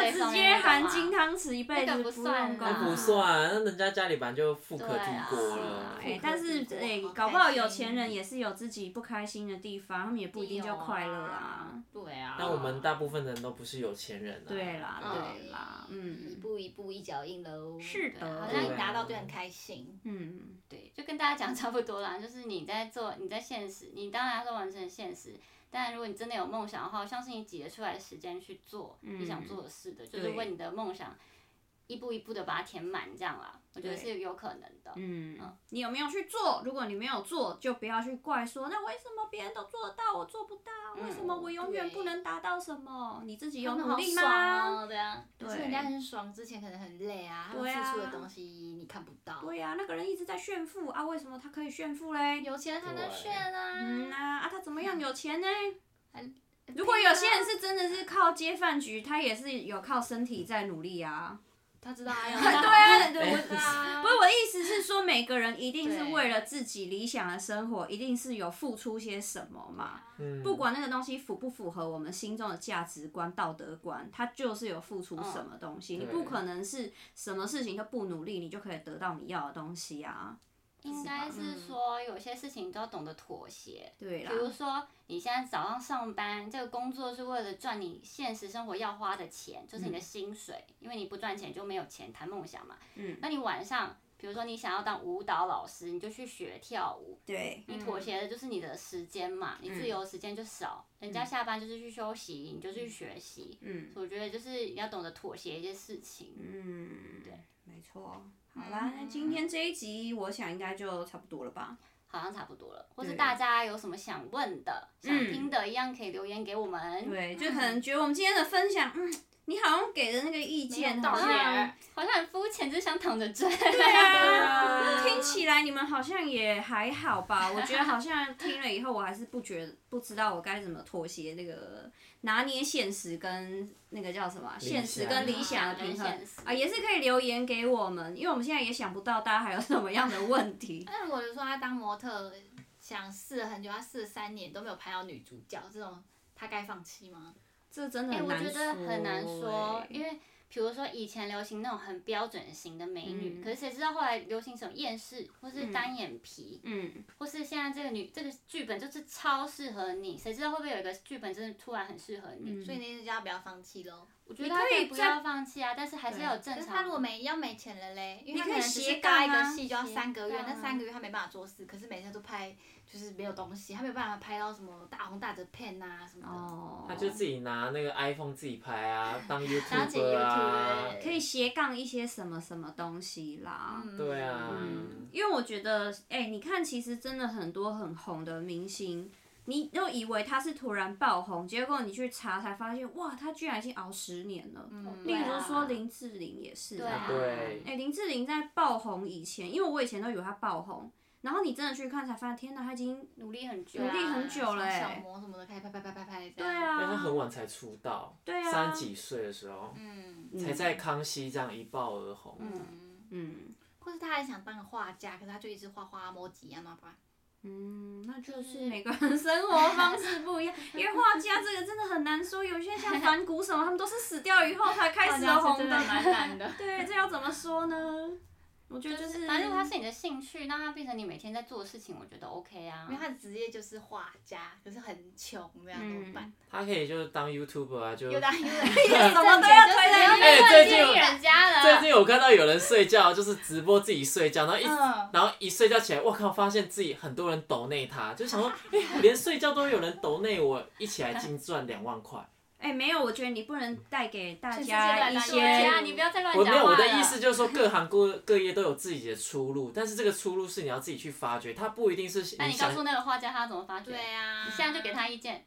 Speaker 2: 谁
Speaker 4: 直
Speaker 2: 爽
Speaker 4: 接
Speaker 2: 那个
Speaker 4: 含
Speaker 2: 嘛
Speaker 4: 金汤匙一辈
Speaker 2: 那
Speaker 4: 子
Speaker 2: 个不
Speaker 4: 不
Speaker 2: 算
Speaker 4: 用
Speaker 2: 啦
Speaker 1: 那
Speaker 4: 工
Speaker 1: 不
Speaker 4: 作
Speaker 1: 算，那人家家里本来就富可
Speaker 2: 对
Speaker 1: 敌
Speaker 2: 啊
Speaker 1: 国
Speaker 2: 是
Speaker 1: 了
Speaker 2: 啊。
Speaker 4: 哎、
Speaker 3: 不
Speaker 4: 但
Speaker 3: 可
Speaker 4: 是
Speaker 3: 敌国
Speaker 4: 哎、
Speaker 3: 好
Speaker 4: 搞不
Speaker 3: 开
Speaker 4: 好有
Speaker 3: 心
Speaker 4: 钱人也是有自己不开心的地方，他们也不一定就快乐啊。
Speaker 3: 有啊。对啊。
Speaker 1: 但我们大部分人都不是有钱人啊。
Speaker 4: 对啦，
Speaker 3: 嗯
Speaker 4: 对啦，
Speaker 3: 一
Speaker 4: 嗯
Speaker 3: 步一步一脚印喽。
Speaker 4: 是的
Speaker 3: 对啊好像
Speaker 1: 对
Speaker 3: 你达到就很开心。
Speaker 4: 嗯，
Speaker 2: 对，就跟大家讲差不多啦，就是你在做，你在现实，你当然要说完成现实，但如果你真的有梦想的话，我相信你挤得出来时间去做你想做的事的，就是
Speaker 4: 嗯对
Speaker 2: 为你的梦想一步一步的把它填满，这样啦，我觉得是有可能的。
Speaker 4: 嗯，你有没有去做？如果你没有做，就不要去怪说那为什么别人都做得到，我做不到？为什么
Speaker 3: 嗯
Speaker 4: 我永远不能达到什么？你自己有
Speaker 3: 他们
Speaker 4: 努
Speaker 3: 好
Speaker 4: 力
Speaker 3: 爽
Speaker 4: 吗？
Speaker 3: 哦，对啊。
Speaker 4: 对
Speaker 3: 可是人家很爽，之前可能很累啊，他们
Speaker 4: 对啊
Speaker 3: 付出的东西你看不到。
Speaker 4: 对啊呀、那个人一直在炫富啊，为什么他可以炫富嘞？
Speaker 3: 有钱才能
Speaker 1: 对
Speaker 3: 炫啊！
Speaker 4: 嗯啊啊，他怎么样有钱呢？
Speaker 3: 如
Speaker 4: 如果有些
Speaker 3: 啊
Speaker 4: 人是真的是靠接饭局，他也是有靠身体在努力啊。
Speaker 3: 他知道 他要
Speaker 4: 对啊，对，我
Speaker 3: 对啊
Speaker 4: 不是我的意思是说，每个人一定是
Speaker 3: 对
Speaker 4: 为了自己理想的生活，一定是有付出些什么嘛。
Speaker 3: 啊
Speaker 1: 嗯，
Speaker 4: 不管那个东西符不符合我们心中的价值观、道德观，它就是有付出什么东西。
Speaker 1: 嗯
Speaker 4: 你
Speaker 1: 对
Speaker 4: 不可能是什么事情都不努力，你就可以得到你要的东西啊。
Speaker 2: 应该是说有些事情你都要懂得妥协，
Speaker 4: 嗯对
Speaker 2: 比
Speaker 4: 啦，
Speaker 2: 如说你现在早上上班，这个工作是为了赚你现实生活要花的钱，就是你的薪水，因为你不赚钱就没有钱谈梦想嘛。
Speaker 4: 嗯，
Speaker 2: 那你晚上，比如说你想要当舞蹈老师，你就去学跳舞。
Speaker 4: 对，
Speaker 2: 你妥协的就是你的时间嘛，你
Speaker 4: 嗯
Speaker 2: 自由时间就少，人家下班就是去休息，你就去学习。
Speaker 4: 嗯
Speaker 2: 所以我觉得就是你要懂得妥协一些事情。
Speaker 4: 嗯，
Speaker 2: 对，
Speaker 4: 没错。好啦，那今天这一集我想应该就差不多了吧。
Speaker 2: 好像差不多了，或
Speaker 4: 对嗯
Speaker 2: 是大家有什么想问的、想听的，一样可以留言给我们。嗯
Speaker 4: 对，就可能觉得我们今天的分享，嗯，你好像给的那个意见好
Speaker 3: 道理
Speaker 4: 像
Speaker 3: 儿，。
Speaker 2: 好像很肤浅，就是想躺着追。
Speaker 4: 对 啊，
Speaker 1: 啊
Speaker 4: 听起来你们好像也还 好吧？我觉得好像听了以后，我还是不觉不知道我该怎么妥协那个拿捏现实跟那个叫什么啊
Speaker 1: 理想
Speaker 4: 现实跟理想的平
Speaker 2: 啊
Speaker 4: 衡
Speaker 2: 跟现实
Speaker 4: 啊，也是可以留言给我们，因为我们现在也想不到大家还有什么样的问题
Speaker 3: 那如果说他当模特，想试了很久，他试了三年都没有拍到女主角，这种他该放弃吗？
Speaker 4: 这真的
Speaker 2: 哎、
Speaker 4: 很
Speaker 2: 我
Speaker 4: 难
Speaker 2: 觉
Speaker 4: 说、
Speaker 2: 得很难说
Speaker 4: 哎，
Speaker 2: 因为比如说以前流行那种很标准型的美女，
Speaker 4: 嗯
Speaker 2: 可是谁知道后来流行什么厌世，或是单眼皮，
Speaker 4: 嗯，
Speaker 2: 或是现在这个女这个剧本就是超适合你，谁知道会不会有一个剧本真的突然很适合你？
Speaker 3: 所以那就叫他不要放弃喽。
Speaker 2: 我觉得
Speaker 4: 你
Speaker 2: 大
Speaker 4: 可以
Speaker 2: 家不
Speaker 4: 再
Speaker 2: 要放弃啊，但是还是要有正
Speaker 3: 可是
Speaker 2: 常。
Speaker 3: 他如果没要没钱了嘞，因为他
Speaker 4: 你可以
Speaker 3: 能只是
Speaker 4: 斜杠
Speaker 3: 搭
Speaker 4: 啊
Speaker 3: 一个戏就要三个月，
Speaker 2: 斜杠啊
Speaker 3: 那三个月他没办法做事，可是每天都拍就是没有东西，他没有办法拍到什么大红大紫片啊什么的。
Speaker 4: 哦，
Speaker 1: 他就自己拿那个 iPhone 自己拍啊，当 YouTube 啊
Speaker 3: YouTuber，
Speaker 4: 可以斜杠一些什么什么东西啦。
Speaker 3: 嗯
Speaker 1: 对啊，
Speaker 4: 因为我觉得，哎、你看，其实真的很多很红的明星，你又以为他是突然爆红，结果你去查才发现，哇，他居然已经熬十年了。
Speaker 3: 嗯
Speaker 4: 例
Speaker 2: 对
Speaker 4: 如
Speaker 2: 啊
Speaker 4: 说林志玲也是、
Speaker 2: 对啊
Speaker 1: 对
Speaker 4: 哎、林志玲在爆红以前，因为我以前都以为她爆红，然后你真的去看才发现，天哪，她已经
Speaker 2: 努力很久、
Speaker 4: 努
Speaker 2: 啊，
Speaker 4: 力很久了欸
Speaker 3: 小模什么的开始拍拍拍拍拍。
Speaker 4: 对
Speaker 3: 对。
Speaker 1: 但他
Speaker 4: 啊，
Speaker 1: 很晚才出道，
Speaker 4: 对啊
Speaker 1: 三十几岁的时候
Speaker 3: 嗯
Speaker 1: 才在康熙这样一爆而红。
Speaker 3: 嗯，
Speaker 4: 嗯
Speaker 3: 或是他还想当个画家，可是他就一直画画摸吉啊嘛，不然。
Speaker 4: 嗯，那就是每个人生活方式不一样，因为画家这个真的很难说，有些像反骨什么，他们都是死掉以后才开始的红
Speaker 3: 哦真
Speaker 4: 灯。
Speaker 3: 蛮难 的。
Speaker 4: 对，这要怎么说呢？我觉得就
Speaker 2: 就是
Speaker 4: 是，
Speaker 2: 反正它是你的兴趣，那它变成你每天在做的事情，我觉得 OK 啊
Speaker 3: 因为。他的职业就是画家，可是很穷，这样怎么办？
Speaker 1: 他可以就是当 YouTuber 啊，就
Speaker 3: 有的 有的，
Speaker 4: 什么都要推
Speaker 3: 人
Speaker 4: 人
Speaker 1: 哎最近
Speaker 3: 建议人家了。
Speaker 1: 最近我看到有人睡觉，就是直播自己睡觉，然后一、
Speaker 3: 嗯
Speaker 1: 然后一睡觉起来，我靠，发现自己很多人抖内他，就想说，哎、我连睡觉都有人抖内我，一起来净赚两万块。
Speaker 4: 哎，没有，我觉得你不能带给大
Speaker 3: 全世界
Speaker 4: 家
Speaker 3: 的
Speaker 4: 一
Speaker 3: 大
Speaker 2: 作家，
Speaker 4: 些。
Speaker 2: 啊你不要再乱
Speaker 1: 我
Speaker 2: 讲
Speaker 1: 没
Speaker 2: 话
Speaker 1: 有，
Speaker 2: 了。
Speaker 1: 我的意思就是说，各行各各业都有自己的出路，但是这个出路是你要自己去发掘，它不一定是
Speaker 2: 那
Speaker 1: 你
Speaker 2: 你告
Speaker 1: 想
Speaker 2: 诉那个画家他怎么发掘？
Speaker 3: 对啊，
Speaker 2: 你现在就给他意见。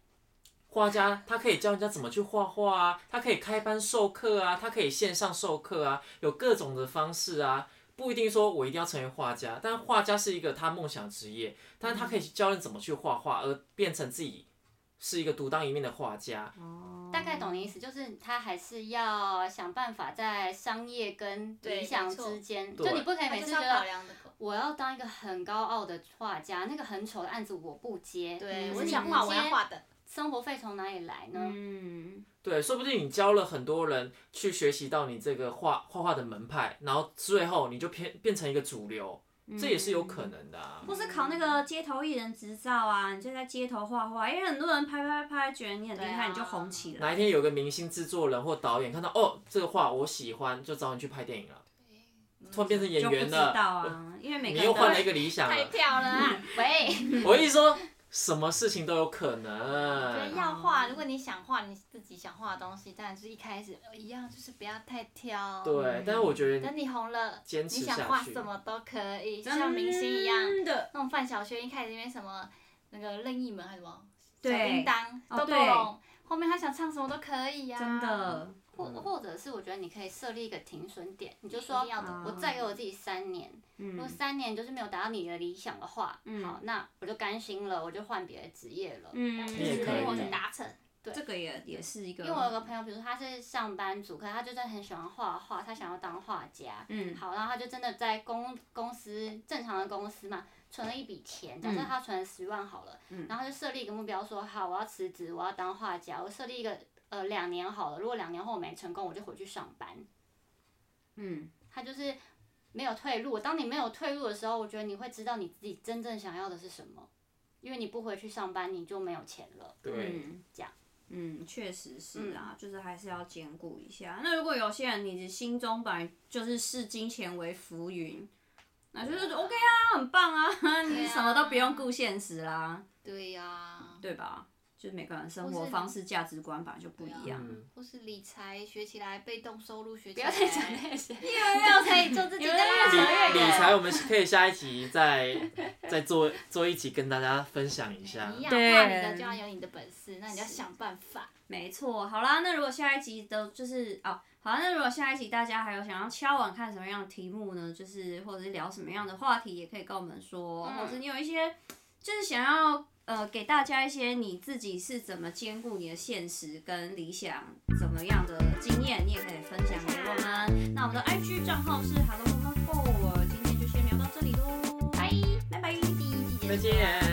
Speaker 1: 画家，他可以教人家怎么去画画啊，他可以开班授课啊，他可以线上授课啊，有各种的方式啊，不一定说我一定要成为画家，但画家是一个他梦想职业，但是他可以
Speaker 2: 嗯
Speaker 1: 教人怎么去画画，而变成自己是一个独当一面的画家。
Speaker 4: 哦
Speaker 3: 哦
Speaker 2: 大概懂你意思，就是他还是要想办法在商业跟
Speaker 3: 对
Speaker 2: 理想
Speaker 3: 没错
Speaker 2: 之间，
Speaker 1: 对
Speaker 2: 就你不可以
Speaker 3: 他
Speaker 2: 每
Speaker 3: 就
Speaker 2: 次
Speaker 3: 是
Speaker 2: 觉
Speaker 3: 要考
Speaker 2: 得
Speaker 3: 量的。
Speaker 2: 我要当一个很高傲的画家，那个很丑的案子我不接，
Speaker 3: 对，
Speaker 2: 可是
Speaker 3: 我是
Speaker 2: 你
Speaker 3: 想
Speaker 2: 不
Speaker 3: 画我
Speaker 2: 接
Speaker 3: 要画的，
Speaker 2: 生活费从哪里来呢？
Speaker 4: 嗯，
Speaker 1: 对，说不定你教了很多人去学习到你这个画画画的门派，然后最后你就变变成一个主流，这也是有可能的啊。
Speaker 4: 嗯或是考那个街头艺人执照啊，你就在街头画画，因为很多人拍拍拍，觉得你很厉害，
Speaker 3: 对啊
Speaker 4: 你就红起来。
Speaker 1: 哪一天有个明星制作人或导演看到哦这个画我喜欢，就找你去拍电影了，突然变成演
Speaker 4: 就不
Speaker 1: 员
Speaker 4: 知
Speaker 1: 了，
Speaker 4: 道啊，因为每
Speaker 1: 你
Speaker 4: 个人
Speaker 1: 又
Speaker 4: 都
Speaker 1: 换了
Speaker 4: 会
Speaker 1: 一个理想
Speaker 3: 太
Speaker 1: 了。
Speaker 3: 跳了啊！
Speaker 2: 喂，
Speaker 1: 我一说什么事情都有可
Speaker 3: 我觉得
Speaker 1: 能，
Speaker 3: 要画，如果你想画你自己想画的东西，当然就是一开始呃一样，就是不要太挑。，
Speaker 1: 对，但是我觉得
Speaker 3: 等你红了，
Speaker 1: 坚
Speaker 3: 你
Speaker 1: 持
Speaker 3: 想
Speaker 1: 下
Speaker 3: 画
Speaker 1: 去
Speaker 3: 什，么都可以，就像明星一样。
Speaker 4: 真的。
Speaker 3: 那种范晓萱一开始因为什么那个任意门还是什么小
Speaker 4: 对
Speaker 3: 叮当、豆
Speaker 4: 哦
Speaker 3: 豆
Speaker 4: 对
Speaker 3: 龙，后面他想唱什么都可以啊呀、
Speaker 4: 真的，
Speaker 2: 或或者是我觉得你可以设立一个停损点，你就
Speaker 3: 一
Speaker 2: 说
Speaker 3: 定要
Speaker 4: 啊
Speaker 3: 的。
Speaker 2: 我再给我自己三年，如果
Speaker 4: 嗯
Speaker 2: 三年就是没有达到你的理想的话，
Speaker 4: 嗯
Speaker 2: 好，那我就甘心了，我就换别的职业了。
Speaker 4: 嗯，
Speaker 1: 你也
Speaker 2: 可
Speaker 3: 就是
Speaker 2: 以
Speaker 3: 我是达成，
Speaker 4: 这个也也是一个，
Speaker 2: 因为我有个朋友，比如说他是上班族，可是他就真的很喜欢画画，他想要当画家。
Speaker 4: 嗯
Speaker 2: 好，然后他就真的在公公司正常的公司嘛，存了一笔钱，假设
Speaker 4: 嗯
Speaker 2: 他存了十万好了，
Speaker 4: 嗯
Speaker 2: 然后他就设立一个目标说，好，我要辞职，我要当画家，我设立一个呃两年好了，如果两年后我没成功，我就回去上班。
Speaker 4: 嗯
Speaker 2: 他就是没有退路。当你没有退路的时候，我觉得你会知道你自己真正想要的是什么，因为你不回去上班，你就没有钱了。
Speaker 1: 对，
Speaker 4: 嗯
Speaker 2: 这样。
Speaker 4: 嗯，确实是啊，就是还是要兼顾一下。那如果有些人你的心中本来就是视金钱为浮云，那就是 OK 啊，很棒啊， 你什么都不用顾现实啦，
Speaker 3: 对呀、
Speaker 4: 对吧？就是啊每个人生活方式、价值观本来就不一样。
Speaker 1: 嗯，
Speaker 3: 或是理财学起来，被动收入学
Speaker 2: 不
Speaker 3: 起
Speaker 2: 要
Speaker 3: 来，
Speaker 2: 再讲那些，
Speaker 3: 就可以做自己的
Speaker 4: 你们
Speaker 1: 理
Speaker 3: 越来
Speaker 1: 理
Speaker 3: 越
Speaker 1: 财我们可以下一集再再做做一集跟大家分享一下
Speaker 3: 你。要
Speaker 4: 对
Speaker 3: 画你的就要有你的本事，那你要想办法。
Speaker 4: 没错，好啦，那如果下一集的就是哦，好啦，那如果下一集大家还有想要敲碗看什么样的题目呢？就是或者是聊什么样的话题，也可以跟我们说，
Speaker 2: 嗯
Speaker 4: 或者你有一些就是想要呃给大家一些你自己是怎么兼顾你的现实跟理想怎么样的经验，你也可以分享给我们。那我们的 IG 账号是 Hello Mama Four，今天就先聊到这里喽，
Speaker 3: 拜，
Speaker 4: 拜拜，
Speaker 3: 第一季结束
Speaker 1: 再见。